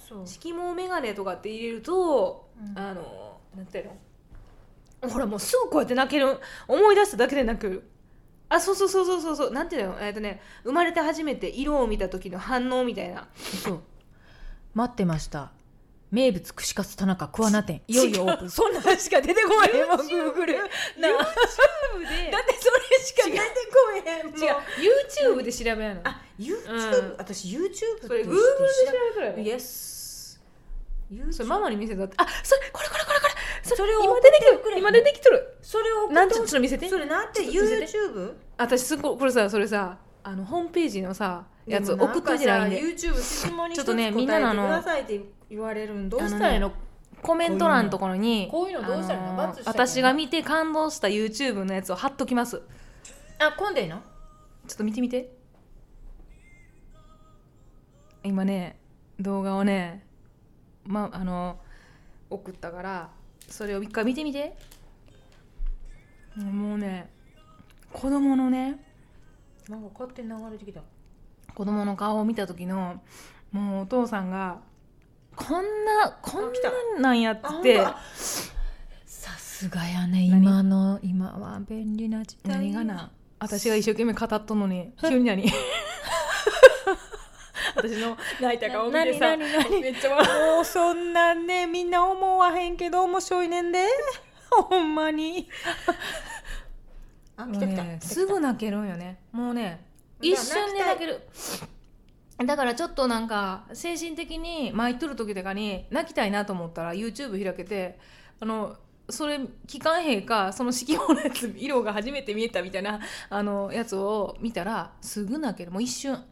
B: そう。
A: 色盲眼鏡とかって入れると、
B: うん
A: あのなんていうのほらもうすぐこうやって泣ける思い出しただけで泣けるあそうそうそうそうそうそうなんていうのえっ、とね生まれて初めて色を見た時の反応みたいな
B: そう待ってました名物串カツ田中桑名店いよいよオープンそんなんしか出てこへん わグーグルだって
A: YouTube で
B: それしか出てこへんもう
A: 違う YouTube で調べやの
B: あ YouTube、
A: うん
B: 私 YouTube って
A: それ Google で調べたらよ
B: Yes
A: そ
B: そ
A: れ
B: れ
A: ママに見せたってあそれこれこれこれこれそ
B: そ
A: れ
B: れを
A: 今
B: 送っ
A: 出
B: て
A: てき
B: く
A: て
B: れ
A: る今出てきてる
B: それを送
A: な
B: っ
A: ん
B: て
A: てちょ
B: ほ
A: っ
B: しい
A: と見せて
B: それなんて
A: ちょっと見せ
B: YouTube?
A: 私すごいこれさそれさあのホームページのさやつ
B: でもな
A: 送
B: ん
A: っと
B: か
A: い
B: さ
A: てないんで
B: YouTube 質問に
A: ちょ
B: 一
A: っと
B: つ答
A: ね
B: えて
A: み
B: く
A: んなのあの
B: ださいって言われるんどうしたらいいの
A: コメント欄のところに
B: こういうのどうしたらいいの
A: あの
B: バツしたらいいの
A: 私が見て感動した YouTube のやつを貼っときます
B: あ混んでんの
A: ちょっと見てみて今ね動画をねまああの送ったからそれを一回見てみてもうね子供のね
B: なんか勝手に流れてきた
A: 子供の顔を見た時のもうお父さんがこんなこん
B: あ来た
A: なんなんやっつっ
B: あ
A: て
B: ほんとあさすがやね
A: 何
B: 今の今は便利な時代
A: 何がな私が一生懸命語っとんのに急に何 私の泣いた顔見てさ
B: 何何何
A: めっちゃ笑
B: もうそんなんねみんな思わへんけど面白いねんでほん まにあ
A: うもうねすぐ泣けるんよねもうね一瞬で泣けるだからちょっとなんか精神的に巻いとる時とかに泣きたいなと思ったら YouTube 開けてあのそれ機関兵かその色号のやつ色が初めて見えたみたいなあのやつを見たらすぐ泣けるもう一瞬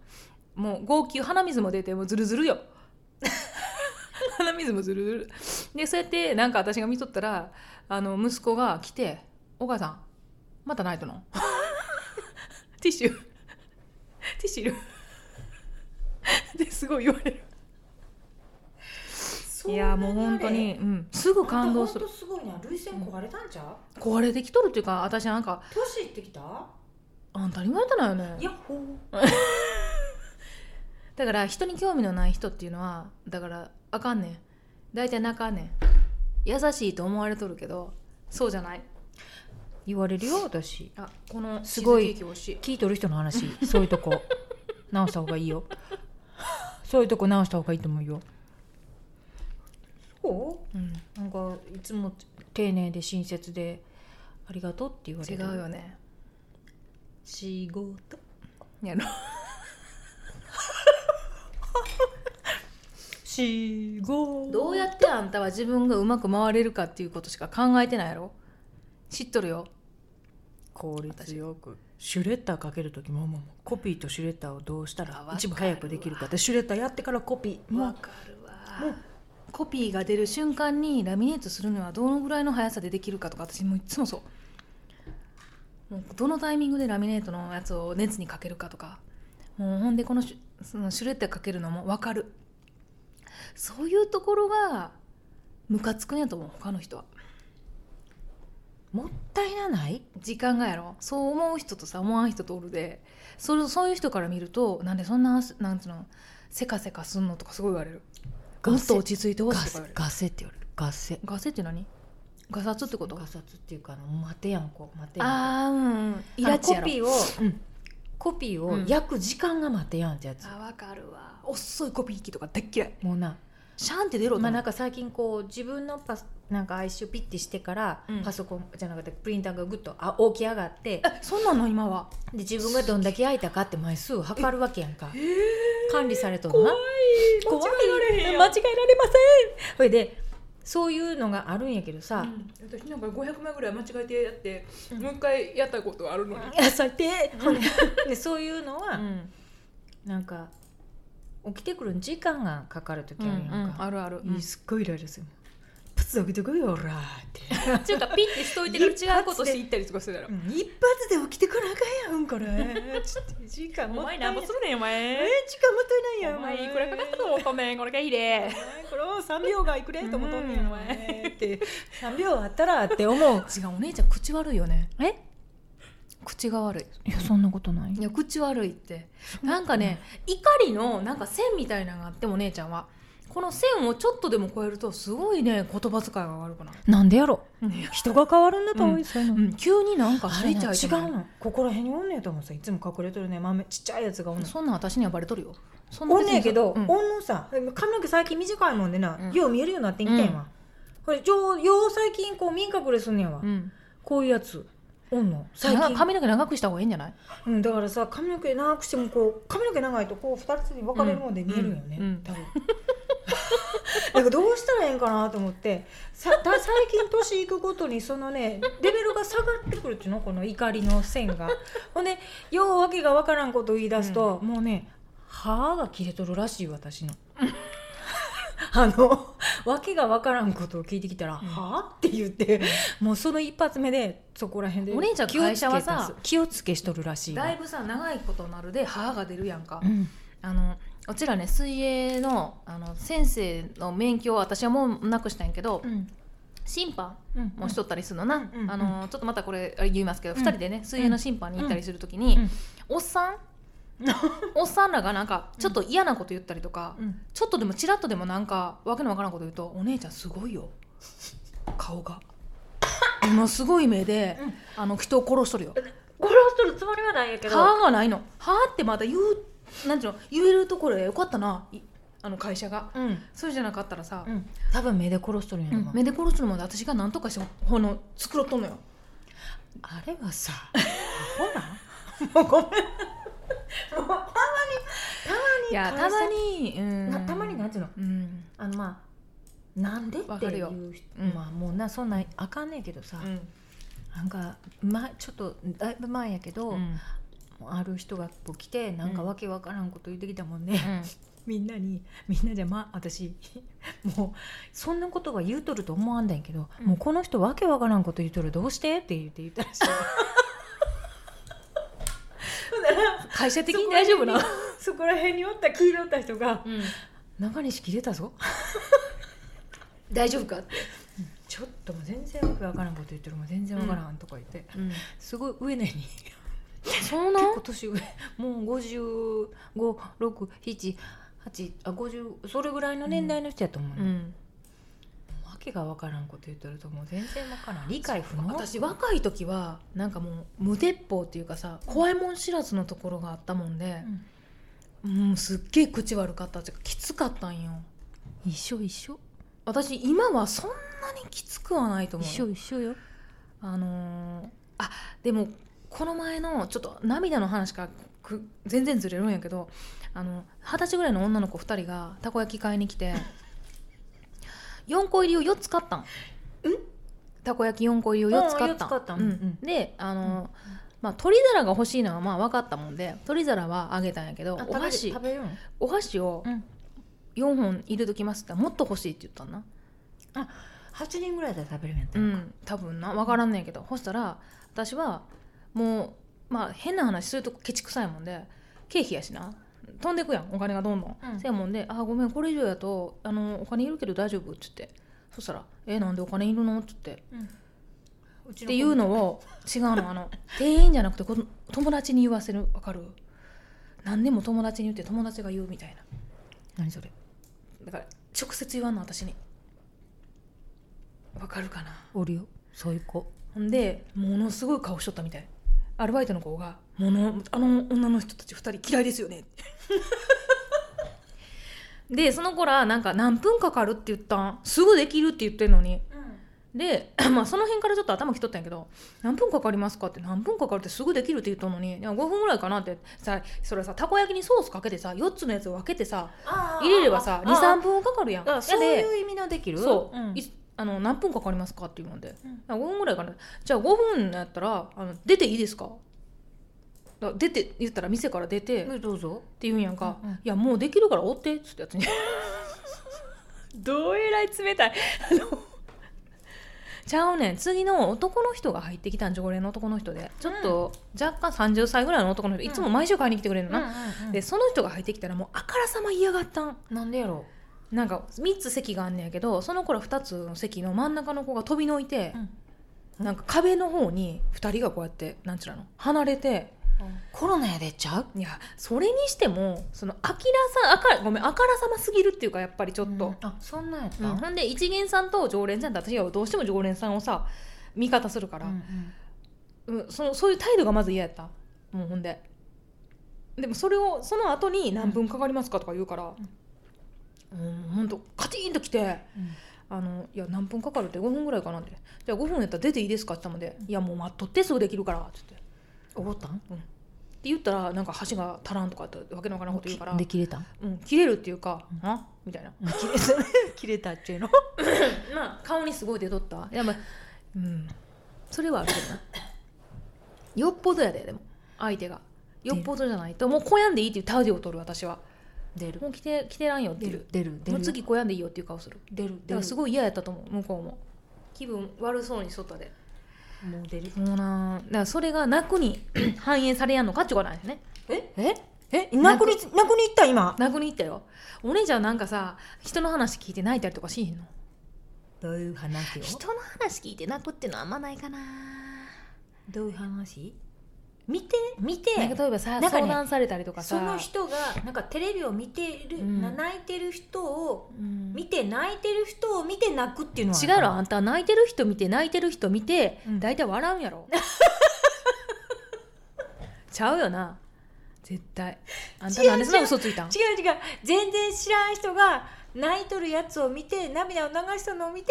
A: もう号泣鼻水も出てもうズルズルよ 鼻水もズルズルでそうやってなんか私が見とったらあの息子が来て「お母さんまた泣いとの ティッシュティッシュいる?」 ですごい言われるいやもう本当に、うん、すぐ感動する
B: 本当すごいな涙腺壊れたんちゃう
A: 壊れてきとるっていうか私なんか
B: 年いってきた
A: あんたに言われたのよね
B: ヤッホー
A: だから人に興味のない人っていうのはだからあかんねん大体泣かんねん優しいと思われとるけどそうじゃない
B: 言われるよ私
A: あこの
B: すごい
A: チーズケーキ美味しい
B: 聞いとる人の話そういうとこ直した方がいいよそういうとこ直した方がいいと思うよそ
A: うん
B: うなんかいつも丁寧で親切でありがとうって言わ
A: 違
B: れる
A: うよね
B: 仕事
A: やろ
B: 仕事
A: どうやってあんたは自分がうまく回れるかっていうことしか考えてないやろ知っとるよ
B: 効率よくシュレッダーかける時ももうもうコピーとシュレッダーをどうした
A: あわ
B: ら
A: かるわ
B: 一番早くできるかってシュレッダーやってからコピーも
A: わ
B: う
A: かるわコピーが出る瞬間にラミネートするにはどのぐらいの速さでできるかとか私もいつもそうもうどのタイミングでラミネートのやつを熱にかけるかとかもうほんでこのシュそのシュレッダーかけるのも分かるそういうところがムカつくんやと思う他の人は
B: もったいなない
A: 時間がやろそう思う人とさ思わん人とおるでそれそういう人から見るとなんでそんななんつうのせかせかすんのとかすごい言われるもっと落ち着いてほ
B: ガ
A: しいとか言
B: セ
A: われる
B: ガセって言われるガセ
A: ガセって何ガサツってこと
B: ガサツっていうかあの待てやんこ待てやんこ
A: あーうんうんイ
B: あの
A: ラチや
B: コ
A: ろ
B: ピーを、うんコピー
A: う
B: を
A: ん
B: 焼く時間が待てやんってやつ、
A: あわかるわ遅いコピー機とか大っ嫌い
B: もうな
A: シャンって出ろと
B: まあ
A: 思
B: な
A: うん
B: か最近こう自分のパスなんか IC をピッてしてから、
A: うん
B: パソコンじゃなくてプリンターがぐっとあ起き上が ってで
A: えそんなんの今は
B: 自分がどんだけ焼いたかって枚数を測るわけやんか管理されとるな怖い間違えられませんほいでそういうのがあるんやけどさ、
C: 私なんか500枚ぐらい間違えてやって、
B: うん
C: もう一回やったことあるのに、
B: いや最低ほんで でそういうのは、
A: ん
B: なんか起きてくるの時間がかかる時あるやんか、
A: あるある
B: いいすっごいイライラするパス開けてこいよおらーって
A: ちゅうかピッてしとい
B: てから違うことして
A: いったりとかするやろ
B: 一発で起きてこなあかんやんこれちょっと時間もったいないえ時
A: るねんお前
B: 間もったいないやん
A: と思うごめんこれがいいで
B: これを3秒がいくれ
A: と思うとんねやお前
B: って3秒あったらって思う
A: 違うお姉ちゃん口悪いよね
B: え
A: 口が悪い
B: いやそんなことない
A: いや口悪いってなんかね怒りのなんか線みたいなのがあってもお姉ちゃんはこの線をちょっとでも超えるとすごいね言葉遣いが悪くなる
B: なんでやろ
A: うん
B: 人が変わるんだと思う、
A: う
B: そういうの、
A: うん急になんか
B: あ
A: 歩
B: れ
A: い
B: な
A: ちゃい
B: 違
A: けないう
B: のここら辺におんねやと思うさいつも隠れとるね豆ちっちゃいやつがおんの
A: そんなん私にはバレとるよそんな
B: おん
A: 別に
B: ねんけど、
A: うん
B: おんのさ髪の毛最近短いもんでな、
A: うん
B: よう見えるようになってんきたんやわ、これちょうよう最近こう見ん隠れすんねやわ、
A: うん
B: こういうやつおんの最
A: 長
B: 近
A: 髪の毛長くした方がいいんじゃない
B: うん、だからさ髪の毛長くしてもこう髪の毛長いとこう二つに分かれるもんで見えるよね、
A: うんうん
B: 多分なんかどうしたらええんかなと思ってさだ最近年いくごとにそのねレベルが下がってくるっていうのこの怒りの線がほんでようわけが分からんことを言い出すと、もうね歯が切れとるらしい私の あのわけが分からんことを聞いてきたら「はあ?」って言ってもうその一発目でそこら辺で
A: お姉ちゃん
B: 気をつけ
A: 会社はさ
B: 出す気をつけしとるらしいわ
A: だいぶさ長いことなるで歯が出るやんか
B: うん
A: あのうちらね水泳のあの先生の免許を私はもうなくしたんやけど
B: うん
A: 審判
B: うん
A: もしとったりするのな、
B: うんうんうん
A: あのちょっとまたこれあれ言いますけど、
B: うん
A: 二2人でね水泳の審判に行ったりするときに、
B: うん
A: おっさん おっさんらがなんかちょっと嫌なこと言ったりとか、
B: うん
A: ちょっとでもちらっとでもなんかわけのわからんこと言うと「お姉ちゃんすごいよ顔 が」ものすごい目で、
B: うん
A: あの人を殺しとるよ
B: 殺しとるつもりはないんやけ
A: 歯がないの歯ってまた言うなんていうの言えるところよかったないあの会社が
B: うん、
A: そうじゃなかったらさ、
B: うん、多分目で殺しとるんや
A: う
B: ろ
A: ん
B: な、
A: 目で殺すのまで私が何とかしてほの作ろっとんのよ
B: あれはさほらもうごめん
A: いやた
B: 会社
A: まに、うん、
B: なたまになんていうの
A: うん
B: あのまあなんでって
A: わかる
B: い
A: よ
B: う人、
A: うん
B: まあもうなそんなんあかんねんけどさ、
A: うん
B: なんか、ま、ちょっとだいぶ前やけど、
A: うん
B: ある人がこう来てなんか
A: うん
B: わけわからんこと言ってきたもんね、みんなにみんなじゃまあ私 もうそんなことは言うとると思わんだんやけど、
A: うん
B: もうこの人わけわからんこと言うとるどうしてって言って言ったらしい
A: 会社的に大丈夫な、
B: そこら辺におった聞いとった人が
A: うん、
B: 「中西切れたぞ
A: 大丈夫かって、
B: ちょっともう全然わけわからんこと言ってるもう全然わからん」とか言って、
A: うん、
B: すごい上のに
A: そうな
B: 結
A: ん
B: 構年上もう55678あ50それぐらいの年代の人やと思うの、
A: うん、
B: わけがわからんこと言ってるともう全然わからん理解不能
A: 私若い時はなんかもう無鉄砲っていうかさ怖いもん知らずのところがあったもんで、うん、すっげえ口悪かったっていうかきつかったんよ
B: 一緒一緒
A: 私今はそんなにきつくはないと思うよ
B: 一緒よ
A: あのーあでもこの前のちょっと涙の話からく全然ずれるんやけどあの二十歳ぐらいの女の子2人がたこ焼き買いに来 て4個入りを4つ買ったんたこ焼き4個入りを4つ買ったん
B: うん4つ買ったん
A: うん
B: うん
A: であのー
B: うん
A: まあ、取り皿が欲しいのはまあ分かったもんで取り皿はあげたんやけどお箸
B: 食べるの
A: お箸を
B: うん
A: 4本入れときますって言ったらもっと欲しいって言ったんな
B: 8人ぐらいで食べるんやった
A: う
B: ら
A: ん、多分な分からんねんけどそしたら私はもうまあ変な話するとケチくさいもんで経費やしな飛んでくやんお金がどんどん、
B: うん
A: せやもんで「あーごめんこれ以上やとあのお金いるけど大丈夫」っつってそしたら「えなんでお金いるの?」っつって
B: うち
A: っ
B: の子も
A: ていうのを違うのあの店員じゃなくてこの友達に言わせるわかる何でも友達に言って友達が言うみたいな
B: 何それ
A: だから直接言わんの私にわかるかな
B: おるよそういう子
A: ほんでものすごい顔しとったみたいアルバイトの子が「ものあの女の人たち2人嫌いです よね」でその子らなんか何分かかるって言ったんすぐできるって言ってんのにで、 まあ、その辺からちょっと頭きとったんやけど「何分かかりますか?」って「何分かかるってすぐできるって言ったのにいや5分ぐらいかな」ってさそれさたこ焼きにソースかけてさ4つのやつを分けてさ入
B: 入
A: れればさ23
B: 分
A: 分かかるやん。やで
B: そういう意味のできる
A: そう、
B: ん
A: いあの何分かかりますかっていうので、
B: うん
A: あ5分ぐらいかなじゃあ5分やったらあの出ていいですかだ出て言ったら店から出て、っ
B: どうぞ
A: て言うんやんか、
B: うんうん
A: いやもうできるから追ってっつってやつに どうえらい冷たいあのちゃうねん次の男の人が入ってきたん常連の男の人でちょっと若干30歳ぐらいの男の人、いつも毎週買いに来てくれるのな、で
B: で
A: その人が入ってきたらもうあからさま嫌がったん
B: なんでやろ
A: なんか3つ席があんねやけどその頃2つの席の真ん中の子が飛びのいて、なんか壁の方に2人がこうやってなんちゅうの離れて
B: コロナやでっちゃう
A: いやそれにしてもそのあきらさあかごめんあからさますぎるっていうかやっぱりちょっと、
B: あそんなんやっ
A: う
B: た
A: んほんで一元さんと常連さんって私がどうしても常連さんをさ味方するから、うん、そのそういう態度がまず嫌やったもうほんででもそれをその後に何分かかりますかとか言うから、うん、ほんとカチンときて。あのいや何分かかるって5分ぐらいかなってじゃあ5分やったら出ていいですかって言ったので「いやもう待っとってすぐできるから」っつってって
B: おごったん
A: 言ったらなんか箸が足らんとかってわけのわからんこと言うから
B: で切れたん
A: うん、切れるっていうか「あみたいな
B: 切れた 切れたっちゅうの
A: まあ顔にすごい出とったいやまあうんそれはあるけ どなよっぽどやででも相手がよっぽどじゃないともう小やんでいいっていう態度を取る私は
B: 出る
A: もう来て来てらんよって
B: 出
A: い
B: る
A: う
B: 出る出
A: もう
B: る
A: 次小やんでいいよっていう顔する
B: 出
A: だ
B: る出
A: から
B: る
A: すごい嫌やったと思う向こうも気分悪そうにしとったで
B: もう出る
A: そうなんだからそれが泣に 反映されやんのかってことなんですね
B: えええ泣くに泣くに行った今
A: 泣に行ったよお姉ちゃんなんかさ人の話聞いて泣いたりとかしへんの
B: どういう話よ
A: 人の話聞いて泣くっていうのはあんまないかな
B: どういう話見て見て
A: なんか例えばさ、
B: なんかね
A: 相談されたりとかさ
B: その人がなんかテレビを見てる、
A: うん
B: な泣いてる人を
A: うん
B: 見て泣いてる人を見て泣くっていうのは
A: 違うろあんた泣いてる人見て泣いてる人見て、
B: うん
A: 大体笑うんや ろちゃうよな絶対あんたなんでそんな嘘ついたん
B: 違う違う全然知らん人が泣いとるやつを見て涙を流したのを見て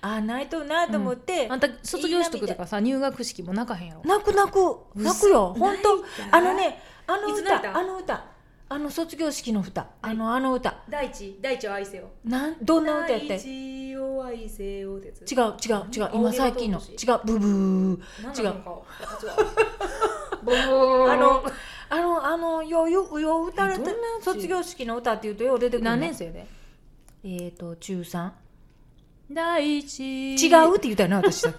B: ああ泣いとるなと思って、
A: あんた卒業式とかさ入学式も泣かへんやろ
B: 泣く泣く泣くよ
A: 嘘
B: 本当あのねあの
A: いつ泣い
B: 歌
A: た
B: あの歌あの卒業式の歌あのあの歌
A: 大地大地を愛せよ
B: なんどんな歌やった
A: 大
B: や
A: 地を愛せよってやつ
B: 違う違う違う
A: 青
B: 今
A: 毛
B: 最近の
A: とうとし
B: 違うブブー
A: 何
B: 違う
A: なのか私は ブー
B: あのあのあのようようよう歌われて
A: えどんなやつ
B: 卒業式の歌って言うとよう出てくるの
A: 何年生で
B: えっ、と中3
A: 大地
B: 違うって言ったよな私さっ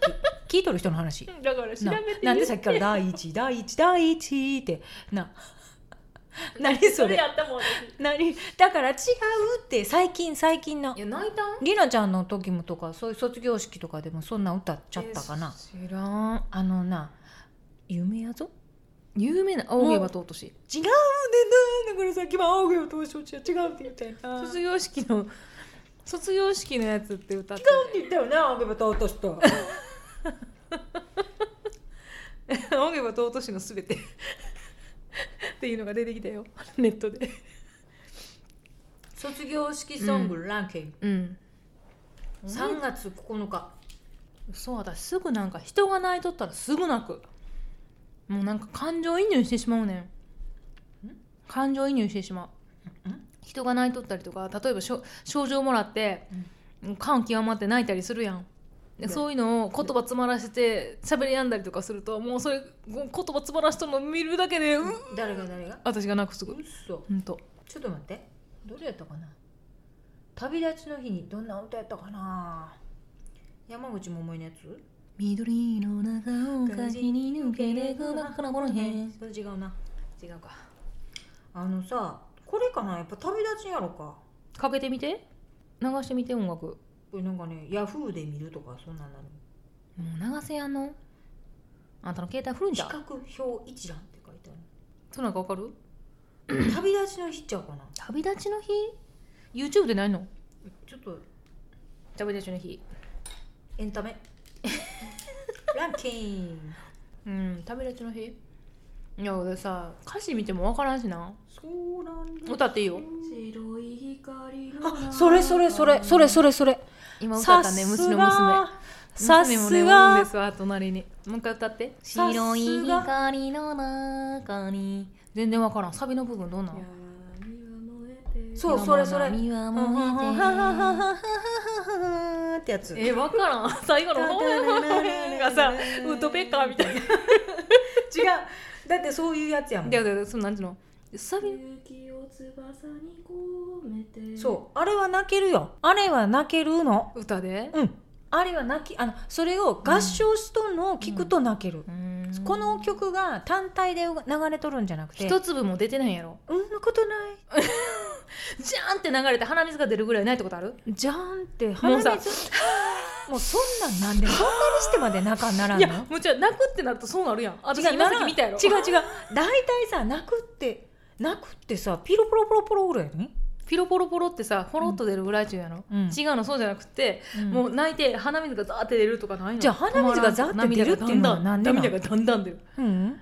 B: き 聞いとる人の話
A: だから調
B: な
A: べて
B: なんでさっきから「第一第一第一」ってな何それ
A: やったもん
B: 何だから違うって最近最近の
A: いや泣いたん
B: りなちゃんの時もとかそういう卒業式とかでもそんな歌っちゃったかな、
A: えー知らん
B: あのな夢やぞ
A: 有名な青毛はとうとし
B: 違うんでなんだからさっきも青毛を通してほしい違うって言ったよな
A: 卒業式の卒業式のやつって歌って
B: って言ったよな青毛を通とし と
A: 青毛はとうとしのすべてっていうのが出てきたよネットで
B: 卒業式ソングランキング、
A: うん
B: 3月9日
A: そう私すぐなんか人が泣いとったらすぐ泣くもうなんか感情移入してしまうねん感情移入してしまう人が泣いとったりとか例えばしょ症状もらって、感極まって泣いたりするやんで
B: ね
A: そういうのを言葉詰まらせて喋りやんだりとかするともうそれ言葉詰まらせとるの見るだけで、うっ
B: 誰が誰が
A: 私が泣くすぐ
B: うっそ
A: ほんと
B: ちょっと待ってどれやったかな旅立ちの日にどんな歌やったかな山口百恵のやつ
A: 緑の中を風に抜けてくばかなこの辺
B: それ違うな
A: 違うか
B: あのさこれかなやっぱ旅立ちやろか
A: かけてみて流してみて音楽も
B: これなんかねヤフーで見るとかそんなんなの
A: う流せやんのあんたの携帯古いん
B: 比
A: じゃん
B: 較表一覧って書いて
A: そうなんかわかる
B: ある旅立ちの日ちゃうかな
A: 旅立ちの日 YouTube でないの
B: ちょっと
A: 旅立ちの日
B: エンタメランキング
A: うん旅立ちの日いや俺さ歌詞見てもわからんしな
B: そうなんだ
A: 歌っていいよ
C: 白い光
B: あそれそれそれそれそれそれ
A: 今歌ったね虫の娘
B: さ
A: 娘も
B: す
A: ねおるん
B: が
A: ですわ隣にもう一回歌って
B: さすが
A: 白い光の中に全然わからんサビの部分どうなの
B: そうそれそれ
A: 闇は
B: は
A: 燃えて
B: はってやつ
A: えわからん 最後の ほんがさウッドペッカーみたいな
B: 違うだってそういうやつやもん
A: いやいやいやそのなんていうのサビ
B: そうあれは泣けるよあれは泣けるの
A: 歌で
B: うんあれは泣きあのそれを合唱しとんのを聞くと泣ける、この曲が単体で流れとるんじゃなくて
A: 一粒も出てないやろ
B: うんなことない
A: ジャーンって流れて鼻水が出るぐらいないってことある
B: じゃんって
A: も
B: 鼻
A: う
B: 水
A: さ
B: もうそんなんなんでそんなにしてまで泣かんならん
A: い
B: の
A: やもうじゃあ泣くってなるとそうなるやん私
B: 違うな
A: 今さっ
B: ら
A: き
B: ん
A: 見たやろ
B: 違う違う大体さ泣くって泣くってさピロポロポロポロぐらいやね、
A: ピロポロポロってさほろっと出るぐらい中やろ、
B: うん
A: 違うのそうじゃなくて、もう泣いて鼻水がザーって出るとかないの
B: じゃあ鼻水がザーって出るっていうのはなんでなん
A: 涙がだんだん出る
B: うん、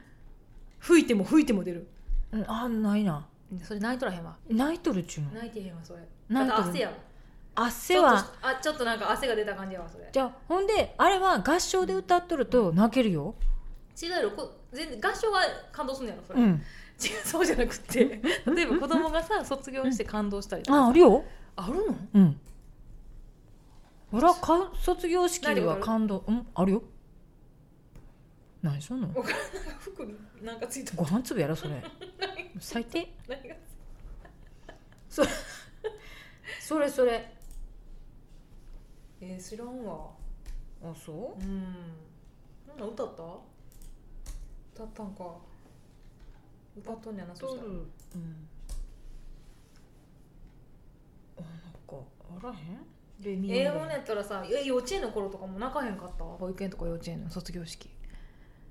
A: 吹いても吹いても出る
B: うん、あないな
A: それ泣いとらへんわ
B: 泣いとるっちゅうの
A: 泣いてへんわそれ
B: 泣いとる
A: だって汗やわ
B: 汗
A: ちょっ
B: は
A: とあちょっとなんか汗が出た感じやわそれ
B: じゃあほんであれは合唱で歌っとると泣けるよ
A: 違うやろこ全然合唱が感動するんのやろそれ、違
B: う
A: うん そうじゃなくて例えば子供がさ卒業して感動したりとか
B: ああるよ
A: あるの
B: うん俺はか卒業式
A: ないってことあ
B: は
A: る
B: 感動うんあるよ何そんの
A: 服になんかついた
B: ご飯粒やろそ れ最低
A: 何が
B: それそれ
A: えー、知らんわ
B: あそう
A: うんなんだ歌った歌ったんか歌っとんやなそ
B: と
A: した
B: る
A: ら
B: うんあなんかあらへんレミ
A: 英語のやったらさえ幼稚園の頃とかも泣かへんかった保育園とか幼稚園の卒業式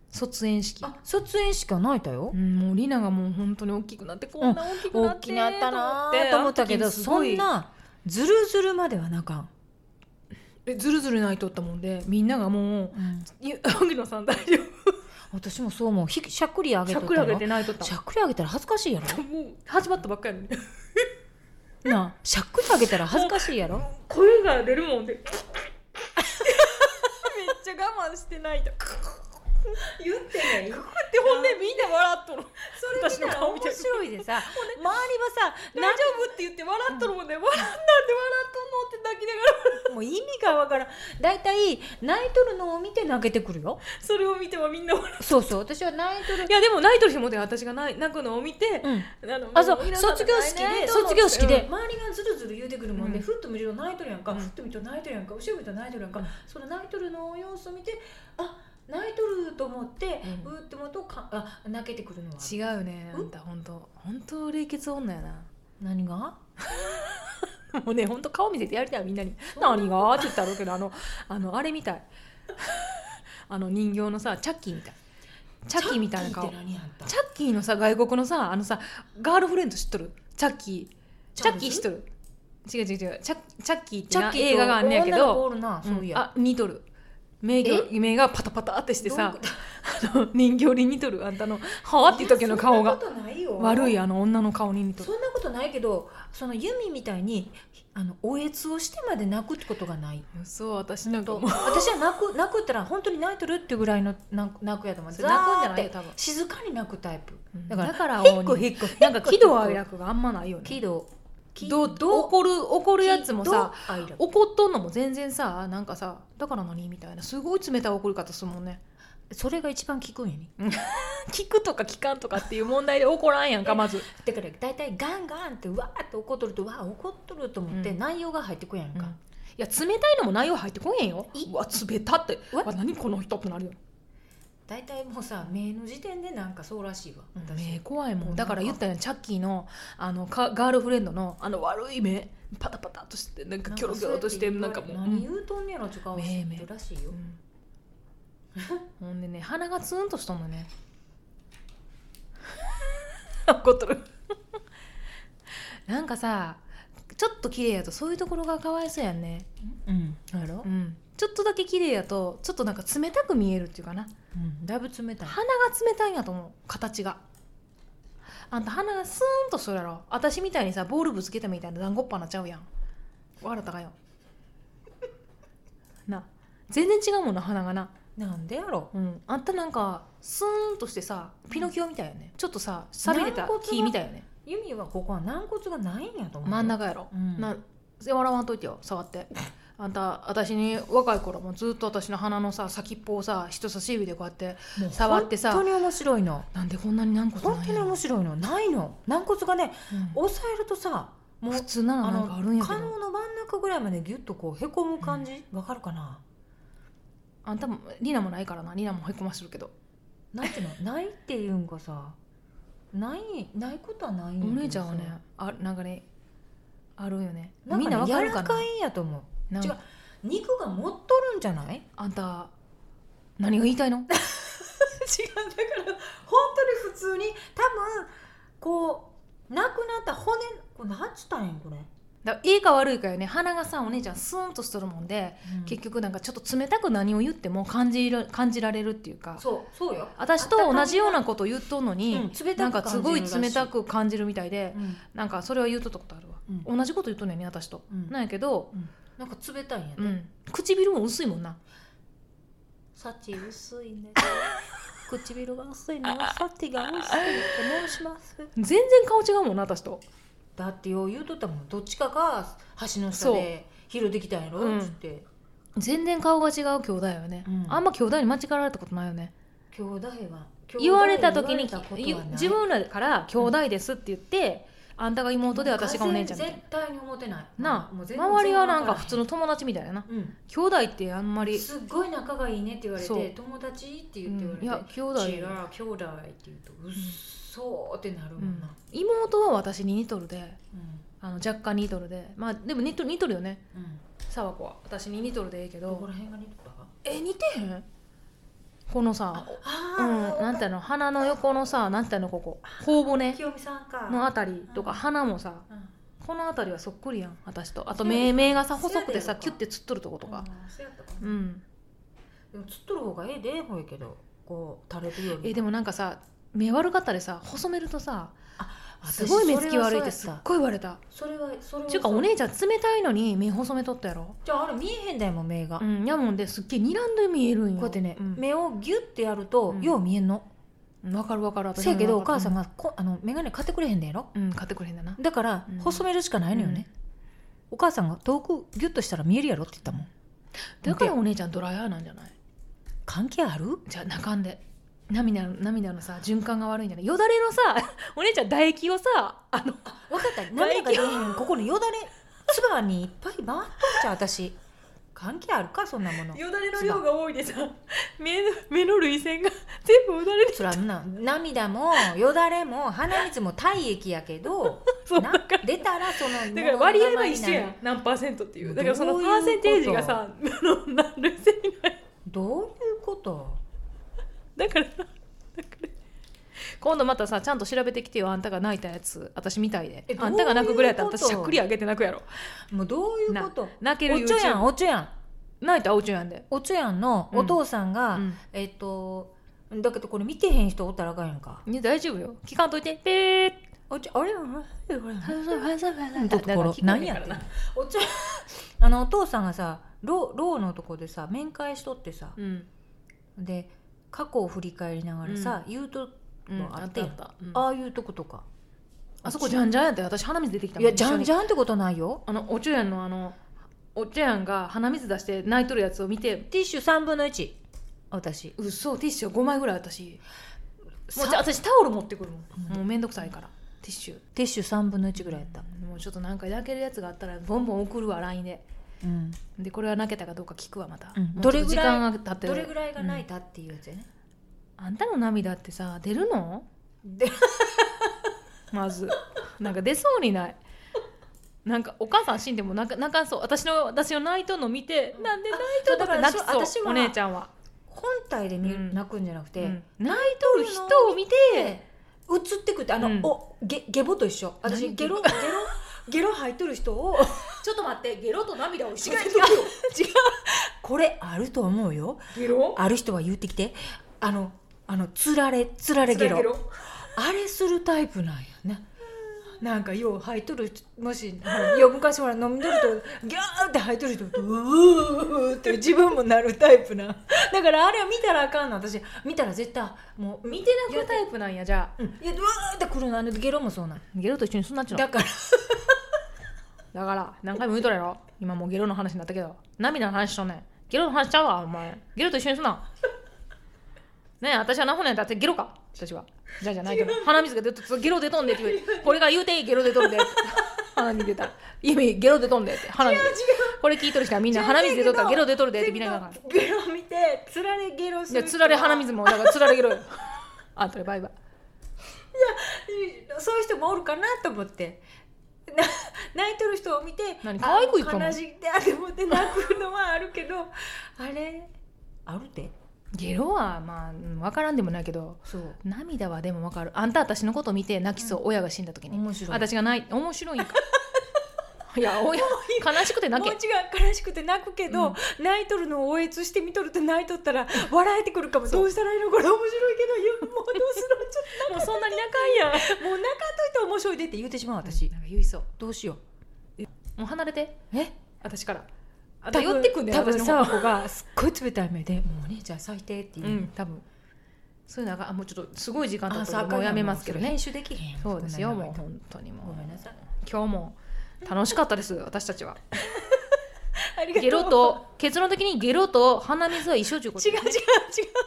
A: 卒園式
B: あ卒園式は泣いたよ
A: うん、もうリナがもう本当に大きくなってこんな大きくな
B: 大
A: って
B: きなったなーと思ったけどそんなずるずるまではなかん、
A: えずるずる泣いとったもんでみんながもう「いや荻野さん大丈
B: 私もそう思うひしゃっくりあ
A: 夫?」
B: げ
A: し
B: と
A: ゃ
B: っ
A: ったく
B: ら
A: りあげて泣いとった
B: しゃっくりあげたら恥ずかしいや
A: もう始まったばっかりやのに
B: ろなあしゃっくりあげたら恥ずかしいやろ
A: 声 が出るもんでめっちゃ我慢して泣いた
B: 言ってない
A: でほんでみんな笑っとる
B: それ見たら
A: 私の顔見て
B: 面
A: る
B: 白いでさ周りはさ
A: 大
B: な
A: 丈
B: ん
A: 夫って言って笑っとるもんね、笑ったんで笑っとんのって泣きながら
B: もう意味がわからん大体泣いとるのを見て泣けてくるよ
A: それを見てはみんな笑
B: そうそう私は泣いとる
A: ういやでも泣いとる人もで私が泣い泣くのを見て、
B: うん
A: あの
B: あそう
A: も皆さん
B: 卒業式で
A: 泣いとるの
B: 卒業式で
A: うん
B: 周りがずるずる言うてくるもんで、
A: うん
B: ふっと見ると泣いとるやんか、
A: うん
B: ふっと見ると泣いとるやんか後ろ見ると泣いとるやんか、
A: うん
B: その泣いとるの様子を見てあ泣いとると思って、う
A: うん
B: ーって思うとかあ泣けてくるのは
A: 違うねあ
B: うん
A: んた本当本当冷血女やな
B: 何が
A: もうね本当顔見せてやりたいみんなに「
B: そんな
A: 何が?」って言ったらあるけどあのあのあれみたい あの人形のさチャッキーみたいチャッキーみたいな顔
B: チャッキーって何やった
A: チャッキーのさ外国のさあのさガールフレンド知っとるチャッキーチャッキー知っとる違う違う違うチャチャッキーって
B: チャ
A: な
B: ッキーと
A: 映画があんねやけ
B: 女の子
A: ど
B: おるなそうい
A: うん
B: や、
A: あ似とる目が目がパタパタってしてさ
B: どういう
A: あ
B: こ
A: の人形に似とるあんたの「はあ」っていう時の顔が
B: そんなことないよ
A: 悪いあの女の顔に似とる
B: そんなことないけどそのユミみたいにあのおえつをしてまで泣くってことがない
A: そう私なんか
B: と
A: もう
B: 私は泣く泣くったら本当に泣いとるってぐらいの泣く泣くやと思って
A: そう泣くんじゃないよ
B: ザーって
A: 多分
B: 静かに泣くタイプ
A: うん
B: だから
A: だから
B: へっこ
A: 青に
B: へっこ
A: なんか喜怒哀
B: 楽
A: 楽があんまないよね
B: 喜怒
A: どう怒る怒るやつもさ
B: 喜怒哀楽
A: 怒っとんのも全然さなんかさだから何みたいなすごい冷たい怒り方するもんね
B: それが一番効くんやね
A: 聞くとか聞かんとかっていう問題で怒らんやんかまず
B: だから大体ガンガンってうわーって怒っとるとうわー怒っとると思って
A: うん
B: 内容が入ってくやん
A: うん
B: か、
A: いや冷たいのも内容入ってこんへんよ
B: いう
A: わ冷たって
B: うわ
A: わ何この人ってなるよ
B: 大体もうさ目の時点でなんかそうらしいわ
A: 目怖い
B: も
A: も
B: うん
A: だから言ったやんチャッキーのあのかガールフレンドのあの悪い目パタパタっとしてなんかキョロキョロとしてなんかもう、
B: 何言うとんねやろって顔してるらしい
A: う、
B: よ
A: んほんでね鼻がツーンとしたのね 怒っとるなんかさちょっと綺麗やとそういうところがかわいそうやんね、
B: うん、やろ
A: う、ん、ちょっとだけ綺麗やとちょっとなんか冷たく見えるっていうかな
B: うん、だいぶ冷たい
A: 鼻が冷たいんやと思う形があんた鼻がスーンとするやろ私みたいにさボールぶつけたみたいな団子っぱなっちゃうやん笑ったかよな全然違うもんな鼻がな
B: なんでやろ
A: うんあんたなんかスーンとしてさピノキオみたいよねちょっとさ錆びれた
B: 軟骨が
A: 木みたいよね
B: ユミはここは軟骨がないんやと思う
A: 真ん中やろ、
B: うん
A: な笑わんといてよ触 ってあんた私に若い頃もずっと私の鼻のさ先っぽをさ人差し指でこうやって
B: もう
A: 触ってさ
B: 本当に面白いの
A: なんでこんなに軟骨
B: 本
A: ない
B: 当に面白いのないの軟骨がね
A: い、うん
B: 押さえるとさもう
A: 普通ならなんかあるんやけ
B: 可
A: ど
B: 能の真ん中ぐらいまでギュッとこうへこむ感じわ、かるかな
A: あんたもリナもないからなリナもへこましてるけど、
B: なんていうの ないっていうんかさないないことはないんやけ
A: お
B: どさ
A: 姉ちゃんはねあなんかねあるよね
B: なん
A: み
B: か
A: ん
B: ね
A: なわかる
B: 柔
A: からな
B: かいんやと思う
A: なん
B: 違う肉が持っとるんじゃない 違う
A: あんた何が言いたいの
B: だから本当に普通に多分こうなくなった骨これなんつったんやこれ、
A: だからいいか悪いかよね鼻がさお姉ちゃんスーンとしとるもんで、結
B: 結
A: 局なんかちょっと冷たく何を言っても感じる感じられるっていうか
B: 局そうそうよ
A: 私と同じようなこと言っとんのに、
B: うん冷たく
A: なんかすごい
B: 感じるらし
A: 冷
B: い
A: たく感じるみたいで、
B: うん
A: なんかそれは言うとったことあるわ、
B: う
A: 同じこと言っとんねんね私と、
B: うん
A: なんやけど、
B: なんか冷たいんやね、
A: うん唇も薄いもんな
B: 幸薄いね唇が薄いの幸が薄いって申します
A: 全然顔違うもんな私と
B: だってよう言うとったもんどっちかが橋の下で拾ってきたんやろ
A: うん
B: っつって
A: 全然顔が違う兄弟よね、
B: うん
A: あんま兄弟に間違われたことないよね
B: 兄弟は
A: 言われた時に
B: 兄弟は言
A: ゆ
B: われたことはない
A: 自分らから兄弟ですって言って、あんたが妹で私がお姉ちゃんみたい
B: 絶対に思ってない
A: ななあ
B: もう全然
A: 周りはなんか普通の友達みたいやな
B: うん
A: 兄弟ってあんまり、
B: すっごい仲がいいねって言われ
A: そう
B: て友達って
A: う
B: 言って言わ
A: ん
B: れ、て
A: いや兄弟
B: 違う兄弟って言うとうっそーってなるもんな
A: 妹は私に似とるで
B: うん
A: あの若干似とるでまあでも似と似とるよね
B: うん
A: 沢子は私に似とるでええけ
B: どこ
A: ど
B: ら辺が似てた
A: え似てへんこのさうん
B: ああ
A: なんていうの鼻の横のさなんていうのここ頬骨
B: 清美さんか
A: のあたりとか
B: うん
A: 鼻もさ
B: うん
A: この辺りはそっくりやん私とあと
B: そうや
A: 目
B: で
A: 目がさ
B: そう
A: 細
B: やで
A: くてさ
B: とか
A: キュッてつっとるとことか
B: うんそうやったかな
A: うん
B: でも釣っとる方がええでええ方やけどこう垂れるより
A: えでもなんかさ目悪かったでさ細めるとさ
B: 私
A: すごい目つき悪いってすっごい言われたっ
B: それはそれは
A: ていうかお姉ちゃん冷たいのに目細めとったやろ
B: じゃああれ見えへんだよもう目が、
A: う
B: こ
A: んやもんですっげえ睨んで見えるんよ
B: うやってね、
A: ん
B: 目をギュッてやると、
A: うん
B: よう見えんの
A: わかるわかる
B: せやけどお母さん
A: が
B: がこあの眼鏡買ってくれへんだやろ
A: うん買ってくれへんだな
B: だから、
A: うん
B: 細めるしかないのよね、お母さんが遠くギュッとしたら見えるやろって言ったもん
A: だからお姉ちゃんドライアイなんじゃない
B: 関係ある
A: じゃあ泣かんで涙の涙のさ循環が悪いんじゃないよだれのさ お姉ちゃん唾液をさあの
B: 分かった涙が出へんここによだれ唾にいっぱい回っとんちゃう私関係あるかそんなもの
A: よだれの量が多いでさ目の目の涙腺が全部よだれで
B: そらな涙もよだれも鼻水も体液やけど
A: そうだ
B: な
A: から
B: 出たらその
A: だから割合は一緒やん何パーセントっていうだからその
B: ど
A: パ
B: ういう
A: ーセンテージがさ 目の涙腺にない
B: どういうこと
A: だからだから今度またさちゃんと調べてきてよあんたが泣いたやつ私みたいで
B: えど
A: あ
B: ういうこと
A: んたが泣くぐらいやったら私しゃっくりあげて泣くやろ
B: もうどういうこと
A: 泣ける
B: おちょやん
A: YouTube
B: おちょやん
A: 泣いたらおうちょやんで、
B: おちょやんのお父さんが、
A: うん
B: えっとだけどこれ見てへん人おったらあかんやんか
A: ね、大丈夫よ聞かんといてピーッ
B: おちょあれあれあれあれ
A: の
B: ところ何やってんのおちょ あのお父さんがさろうろうのとこでさ面会しとってさ
A: うん、
B: で過去を振り返りながらさ、言うと
A: うん、
B: あ
A: あ
B: っ
A: ったた
B: や
A: あ
B: ん
A: った、うん
B: ああいうとことか
A: あそこじゃんじゃんやったよ私鼻水出てきた
B: いやじゃんじ
A: ゃん
B: ゃんってことないよ
A: あのおちょやんのあのおちょやんが鼻水出して泣いとるやつを見て
B: ティッシュ3分の1私
A: うそティッシュ5枚ぐらい私もう
B: さ
A: じゃあ私タオル持ってくるもん、
B: うん
A: もうめんどくさいからティッシュ
B: ティッシュ3分の1ぐらいやった、
A: もうちょっとなんか泣けるやつがあったらボンボン送るわ LINE で
B: うん
A: でこれは泣けたかどうか聞くわまた、
B: うん
A: もうちょっと
B: どれぐらい
A: 時間が経って
B: どれぐらいが泣い
A: うん
B: たっていうやつやね、
A: あんたの涙ってさ出るの
B: で
A: まずなんか出そうにないなんかお母さん死んでも泣か泣かんそう私の私の泣いとんの見てなんで泣いとんの
B: だ
A: っ
B: か
A: て
B: ら
A: 泣きそう
B: 私は
A: お姉ちゃんは、
B: 本体で見る
A: うん
B: 泣くんじゃなくて、
A: うん泣いとる人を見て
B: で映ってくってあの、
A: うん
B: おゲゲボと一緒私
A: 何
B: ゲロゲロ ゲロ吐いとる人を
A: ちょっと待ってゲロと涙を一
B: 違う違うこれあると思うよ
A: ゲロ
B: ある人は言ってきてあのあのつられつられゲロあれするタイプなんやねなんかよう吐いとる人もしよう昔ほら飲みとるとギャーって吐いとる人うーって自分もなるタイプなだからあれは見たらあかんの私見たら絶対もう
A: 見てなくタイプなんやじゃあ
B: うんいやうわーってくるのあのゲロもそうなん
A: ゲロと一緒にすんなっちゅうの
B: だから
A: だから何回も言うとるやろ今もうゲロの話になったけど涙の話しとんねんゲロの話しちゃうわお前ゲロと一緒にすんなねえ私は何本やったってゲロか私はじゃあじゃないけど鼻水が出とってゲロ出とんでって言うこれが言うてゲロ出とんでって鼻に出た意味ゲロ出とんでって鼻水これ聞いとる人はみんな鼻水出とったらゲロ出とるでってみんなが
B: ゲロ見てつられゲロす
A: で
B: る
A: つられ鼻水もだからつられゲロよあんたらバイバイ
B: そういう人もおるかなと思ってな泣いてる人を見て
A: 何可愛く言ったの
B: あ悲しいってあでもって泣くのはあるけどあれあるで
A: ゲロはまあうんわからんでもないけど
B: そう
A: 涙はでもわかるあんた私のこと見て泣きそう、親が死んだ時に
B: 面白い
A: 私がない面白 いんかいや親悲しくて泣
B: もう
A: け
B: 違う悲しくて泣くけど、泣いとるのを応援して見とると泣いとったら笑えてくるかもどうしたらいいのこれ面白いけどいやもうどうするのちょ
A: もうそんなに仲いいやん
B: っともう泣かんといて面白いでって言うてしまう私
A: なんか言いそう
B: どうしよ
A: もう離れて
B: うえ
A: 私からあ
B: あ
A: んた寄ってくんね
B: 多分
A: 私
B: さ
A: の
B: わ
A: 方
B: こがすっごい冷たい目で「もうお姉ちゃん最低」って
A: う
B: 言う、
A: ん多分そういうのがあもうちょっとすごい時間経
B: あ
A: った
B: さ
A: のでもうやめますけどね
B: 編集できへん
A: そうですよ
B: こんな
A: も
B: の
A: う本当にもう
B: ごめんなさい
A: 今日も楽しかったです私たち は
B: ありがとう
A: ゲロと結論的にゲロと鼻水は一緒ということ
B: 違う違う違う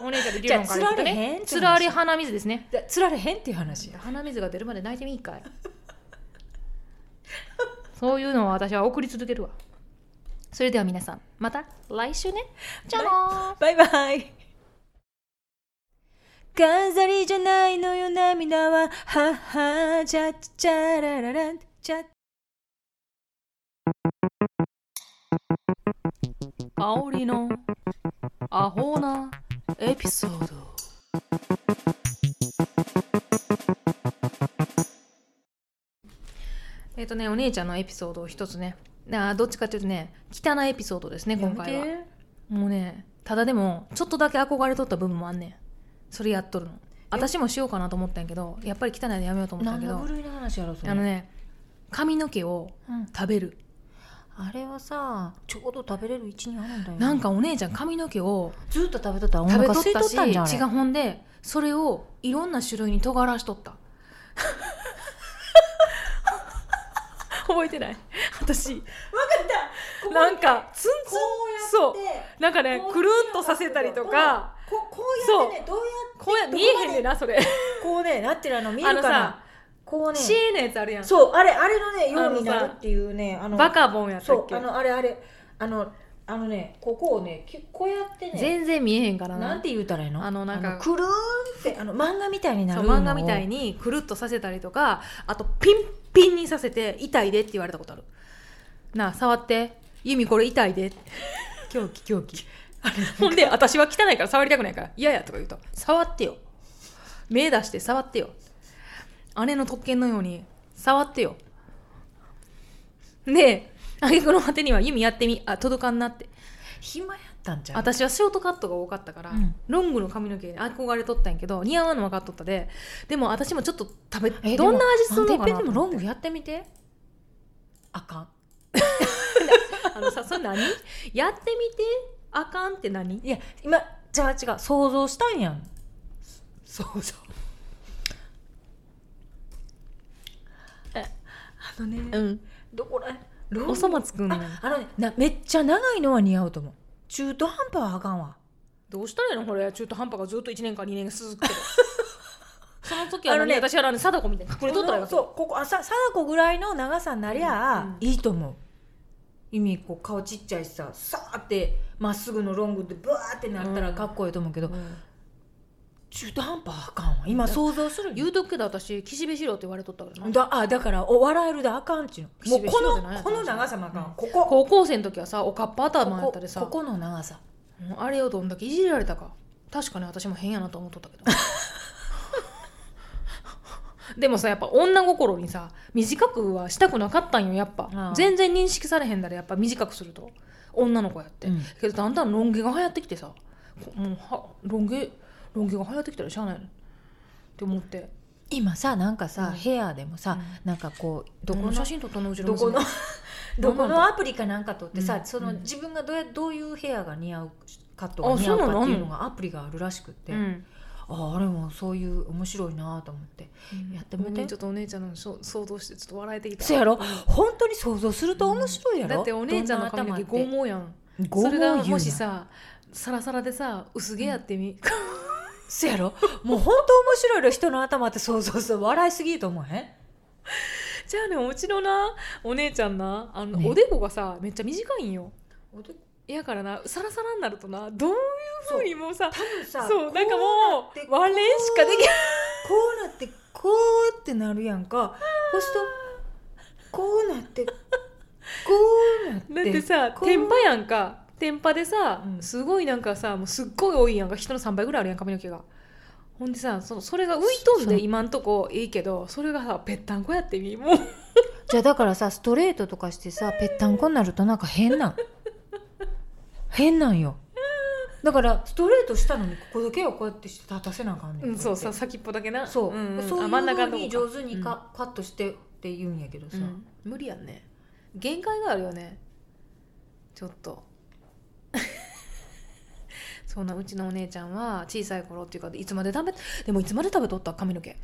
A: お姉ちゃんで理論から言うと
B: じゃあつられへんっ
A: ね
B: て話
A: つられ鼻水ですね
B: だつられへんっていう話
A: 鼻水が出るまで泣いてみいかいそういうのを私は送り続けるわそれでは皆さんまた来週ねじゃあなー
B: バイバイ飾りじゃないのよ涙ははっはーチャッチャララランチャッ
A: 香りのアホなエピソードえっ、とねお姉ちゃんのエピソードを一つねあーどっちかっていうとね汚いエピソードですね今回はもうねただでもちょっとだけ憧れとった部分もあんねんそれやっとるの私もしようかなと思ったんやけどやっぱり汚いのやめようと思ったんや
B: 何
A: けど
B: の部類の話やろそれ
A: あのね髪の毛を
B: うん
A: 食べる
B: あれはさちょうど食べれる位置にあるんだよ
A: なんかお姉ちゃん髪の毛を
B: ずっと食べとったらお
A: 食べ
B: 腹
A: と
B: 空
A: っ
B: いと
A: た
B: ったんじゃんあ
A: し
B: れ
A: 違うほんでそれをいろんな種類に尖らしとった 覚えてない私
B: こ
A: なんかツンツン
B: こ
A: そう
B: やって
A: なんかねくるんとさせたりとか
B: ここうやってねどうやって
A: こうや見えへんねんなそれ
B: こうねなってるあの見
A: あ
B: える
A: の
B: か
A: さ
B: なこうね
A: CA のやつあるやん
B: そうあれあれのね
A: あのさ
B: ようになるっていうねあの
A: バカボンやった
B: そ
A: っ
B: う
A: け
B: あのあれあれあのあのねここをねきこうやってね
A: 全然見えへんからな
B: なんて言うたらいいの
A: あのなんか
B: くるーんってあの漫画みたいにな
A: そ
B: る
A: う
B: のを
A: 漫画みたいにくるっとさせたりとかあとピンピンにさせて痛いでって言われたことあるなあ触って由美これ痛い で
B: 狂気狂気
A: ほんで私は汚いから触りたくないから嫌やとか言うと触ってよ目出して触ってよ姉の特権のように触ってよで挙句の果てには「由美やってみあ届かんな」って
B: 暇やったんじゃん
A: 私はショートカットが多かったから、
B: うん
A: ロングの髪の毛に憧れとったんやけど似合わんの分かっとったででも私もちょっと食べ
B: え
A: どんな味するのかな
B: でもあんたいっぺんでもロン
A: と思
B: グ
A: って
B: やってみてあかん
A: あのさそれ何やってみてあかんって何
B: いや今じゃあ違う想像したんやん想像えあのね、
A: うん
B: どこらロング
A: おそ松くんの
B: ああのねなめっちゃ長いのは似合うと思う中途半端はあかんわ
A: どうしたらいいのこれ中途半端がずっと1年か2年続くけどその時は
B: あの
A: 何、
B: ね
A: 私はあの貞子みたいに隠れとったらよ
B: そうここあさ貞子ぐらいの長さになりゃいいと思う、意味こう顔ちっちゃいしささーってまっすぐのロングでブワーってなったらかっこいいと思うけど、
A: うん
B: 中途半端はあかんわ今想像する
A: 言うとくけど私岸辺四郎って言われとったからな
B: だあだからお笑えるであかんっちゅうのもうこ
A: 岸辺四郎じゃない
B: の
A: やつ
B: この長さもあかん、こここ
A: 高校生の時はさおかっぱ頭やっ
B: こ
A: たでさ
B: ここの長さ
A: もうあれをどんだけいじられたか確かに私も変やなと思っとったけ どでもさやっぱ女心にさ短くはしたくなかったんよやっぱ
B: ああ
A: 全然認識されへんだらやっぱ短くすると女の子やって、
B: うん
A: けどだんだんロン毛が流行ってきてさこもうはロン毛ロン毛が流行ってきたらしゃあないのって思って
B: 今さなんかさ、
A: うん
B: ヘアでもさ、なんかこうどこの
A: 写真撮ったのうちの
B: どこ
A: 娘
B: のどこのアプリかなんかとってさ、
A: うん
B: そ
A: うん
B: の自分がどうやどういうヘアが似合うかとか似合うかっていうのがアプリがあるらしくって、
A: うん
B: ああれもそういう面白いなと思ってやってみ
A: ごめ
B: て
A: んねちょっとお姉ちゃんのしょ想像してちょっと笑えてきた
B: そうやろ本当に想像すると面白いやろ、
A: だってお姉ちゃんの髪の毛剛
B: どんな頭っ
A: 毛
B: て
A: やん
B: 剛毛
A: それが
B: 言うな
A: もしさサラサラでさ薄毛やってみ、
B: そうやろもう本当面白いの人の頭って想像する笑いすぎると思うへん
A: じゃあねうちのなお姉ちゃんなあの、
B: ね
A: おでこがさめっちゃ短いんよ
B: おでこ
A: やからなサラサラになるとなどういうふうにもうさ
B: 多分さ
A: そうなんかも
B: こうなって
A: う割れんしかできない
B: こうなってこうってなるやんかそうするとこうなってこうな って
A: だってさ
B: こう
A: テンパやんかテンパでさ、
B: うん
A: すごいなんかさもうすっごい多いやんか人の3倍ぐらいあるやん髪の毛がほんでさそのそれが浮いとん
B: そう
A: で今んとこいいけどそれがさぺったんこやってみもう
B: じゃあだからさストレートとかしてさぺったんこになるとなんか変なん変なんよだからストレートしたのにここだけをこうやってして立たせなあかんねん
A: うん、そうさ
B: こ
A: 先っぽだけな
B: やってそう、
A: んん
B: そうい
A: あ
B: う
A: 真ん中
B: 風
A: のとこ
B: に
A: か
B: 上手に
A: うん
B: か、カットしてって言うんやけどさ、
A: うん無理やんね限界があるよねちょっと そんなうちのお姉ちゃんは小さい頃っていうかいつまで食べでもいつまで食べとった髪の毛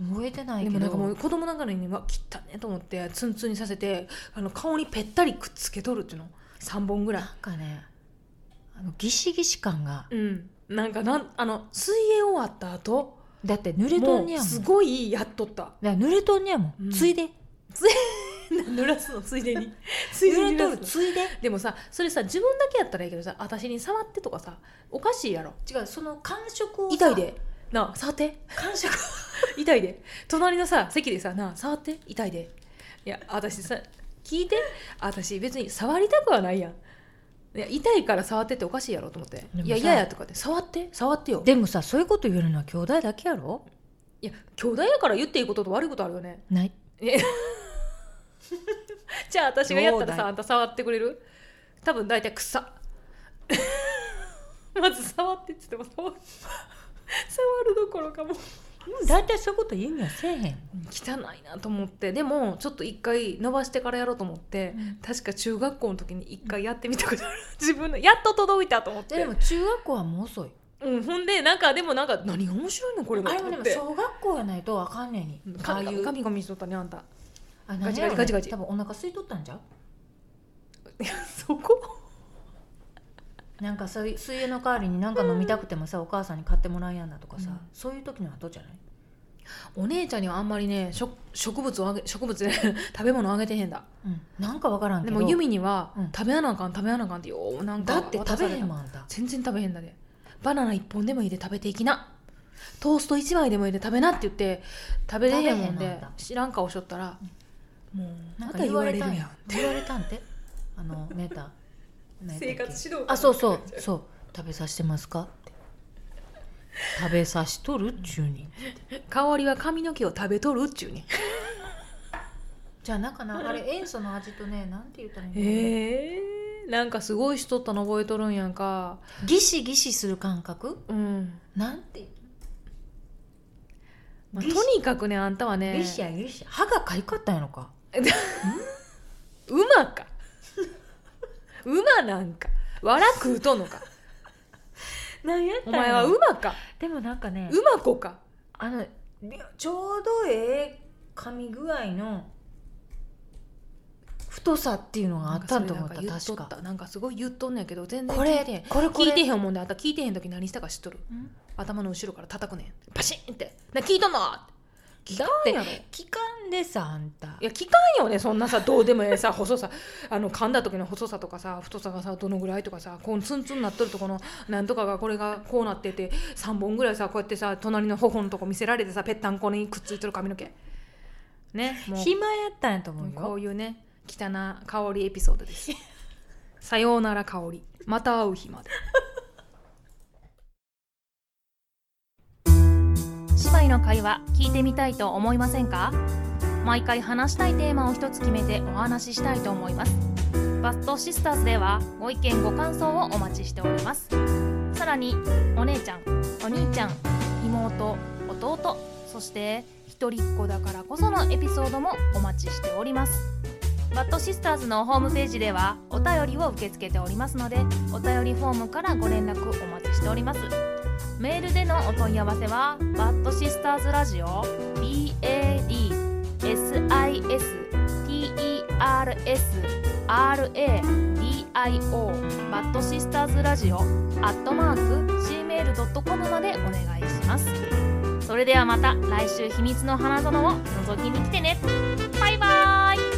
B: 燃えてない
A: で
B: け
A: も
B: ど
A: なんかもう子供ながらには切ったねと思ってツンツンにさせてあの顔にぺったりくっつけとるっていうの3本ぐらい
B: なんかねあのギシギシ感が
A: うんなんかなんあの水泳終わった後
B: だって濡れと
A: も
B: んね
A: う
B: やもん
A: すごいやっとった
B: だから濡れとんねやも
A: う
B: ん、
A: ん
B: ついで
A: 濡らすのついでに ついで
B: 濡
A: に
B: れ
A: 濡ら
B: と
A: す
B: る
A: の
B: ついで
A: でもさそれさ自分だけやったらいいけどさ私に触ってとかさおかしいやろ
B: 違うその感触をさ
A: 痛いでなあ触って
B: 感触
A: 痛いで隣のさ席でさなあ触って痛いでいや私さ聞いて私別に触りたくはないやんいや痛いから触ってっておかしいやろと思って
B: でもさ
A: いや嫌やとかって触って触ってよ
B: でもさそういうこと言えるのは兄弟だけやろ
A: いや兄弟やから言っていいことと悪いことあるよね
B: ない
A: じゃあ私がやったら
B: 兄
A: さ
B: 弟
A: あんた触ってくれる多 分大体草まず触ってっつっても触触るどころかもう
B: 大体そういうこと言うにはせえへん
A: 汚いなと思ってでもちょっと一回伸ばしてからやろうと思って、確か中学校の時に一回やってみたことある自分のやっと届いたと思っ
B: で
A: て
B: でも中学校はもう遅い
A: うん、ほんでなんかでもなんか何が面白いのこれ
B: あ
A: が
B: れ
A: と
B: も
A: 思
B: で
A: っ
B: も
A: て
B: 小学校やないとわかんねえに
A: うん
B: ああ
A: ガ
B: い
A: ミガ
B: う
A: ミガミしとったねあんた
B: あ
A: ガチガチガチガチ
B: 多分お腹空いとったんじゃう
A: そこ
B: なんかそういう水泳の代わりに何か飲みたくてもさ、お母さんに買ってもらえやんだとかさ、
A: うん
B: そういう時の後じゃない
A: お姉ちゃんにはあんまりねしょ植物をあげ植物で 食べ物をあげてへんだ
B: うん、なんかわからんけ
A: で
B: ど
A: もユミには、
B: うん
A: 食べやなあかん食べやなあかんってようなんか
B: だって食べへん
A: ん
B: もんあんた
A: 全然食べへんだでバナナ一本でもいいで食べていきなトースト一枚でもいいで食べなって言って食べれへんもん
B: 食べへん
A: で
B: のあんた
A: 知らん顔しょったら、もう
B: な
A: ま
B: んか
A: た言
B: 言
A: わ
B: わ
A: れ
B: れ
A: る
B: た
A: やん
B: んや言われたんてあのネタ
A: 生活指導
B: あそうそうそう食べさせてますかって食べさしとるっちゅうに
A: 香りは髪の毛を食べとるっちゅう ね
B: じゃあなんかなあれ塩素の味とねなんて言ったらいいのかな
A: えー、なんかすごいしとったの覚えとるんやんか
B: ギシギシする感覚
A: うん、
B: なんて、
A: まあ、
B: ギシ
A: とにかくねあんたはね
B: ギシやギシ歯がかゆかったんやろか
A: 馬か 馬なんかわら食うとんのか
B: なんやっ
A: お前は馬か
B: でもなんかね
A: 馬子か
B: あのちょうどええ噛み具合の太さっていうのがあったんと思った
A: なんかそれなんか言っと
B: 確か
A: ったなんかすごい言っとんねんけど全然
B: こ
A: 聞
B: れ
A: いてへん
B: これこ
A: 聞いて
B: れ
A: へんもんであんた聞いてへん時何したか知っとる
B: ん
A: 頭の後ろから叩くねんパシンって「な聞いたの?」聞かんやろい
B: 期間でさあんた
A: や聞かんよねそんなさどうでもええさ 細さあの噛んだ時の細さとかさ太さがさどのぐらいとかさこうツンツンなっとるとこのなんとかがこれがこうなってて3本ぐらいさこうやってさ隣の頬のとこ見せられてさぺったんこにくっついてる髪の毛ねもう
B: 暇やったんやと思う
A: こ
B: よ
A: ういうね汚な香りエピソードですさようなら香りまた会う日まで
D: 姉妹の会話聞いてみたいと思いませんか毎回話したいテーマを一つ決めてお話ししたいと思いますバストシスターズではご意見ご感想をお待ちしておりますさらにお姉ちゃんお兄ちゃん妹弟そして一人っ子だからこそのエピソードもお待ちしておりますバッドシスターズのホームページではお便りを受け付けておりますのでお便りフォームからご連絡お待ちしておりますメールでのお問い合わせはバッドシスターズラジオ BADSISTERSRADIO バッドシスターズラジオアットマーク Gmail.com までお願いしますそれではまた来週秘密の花園を覗きに来てねバイバイ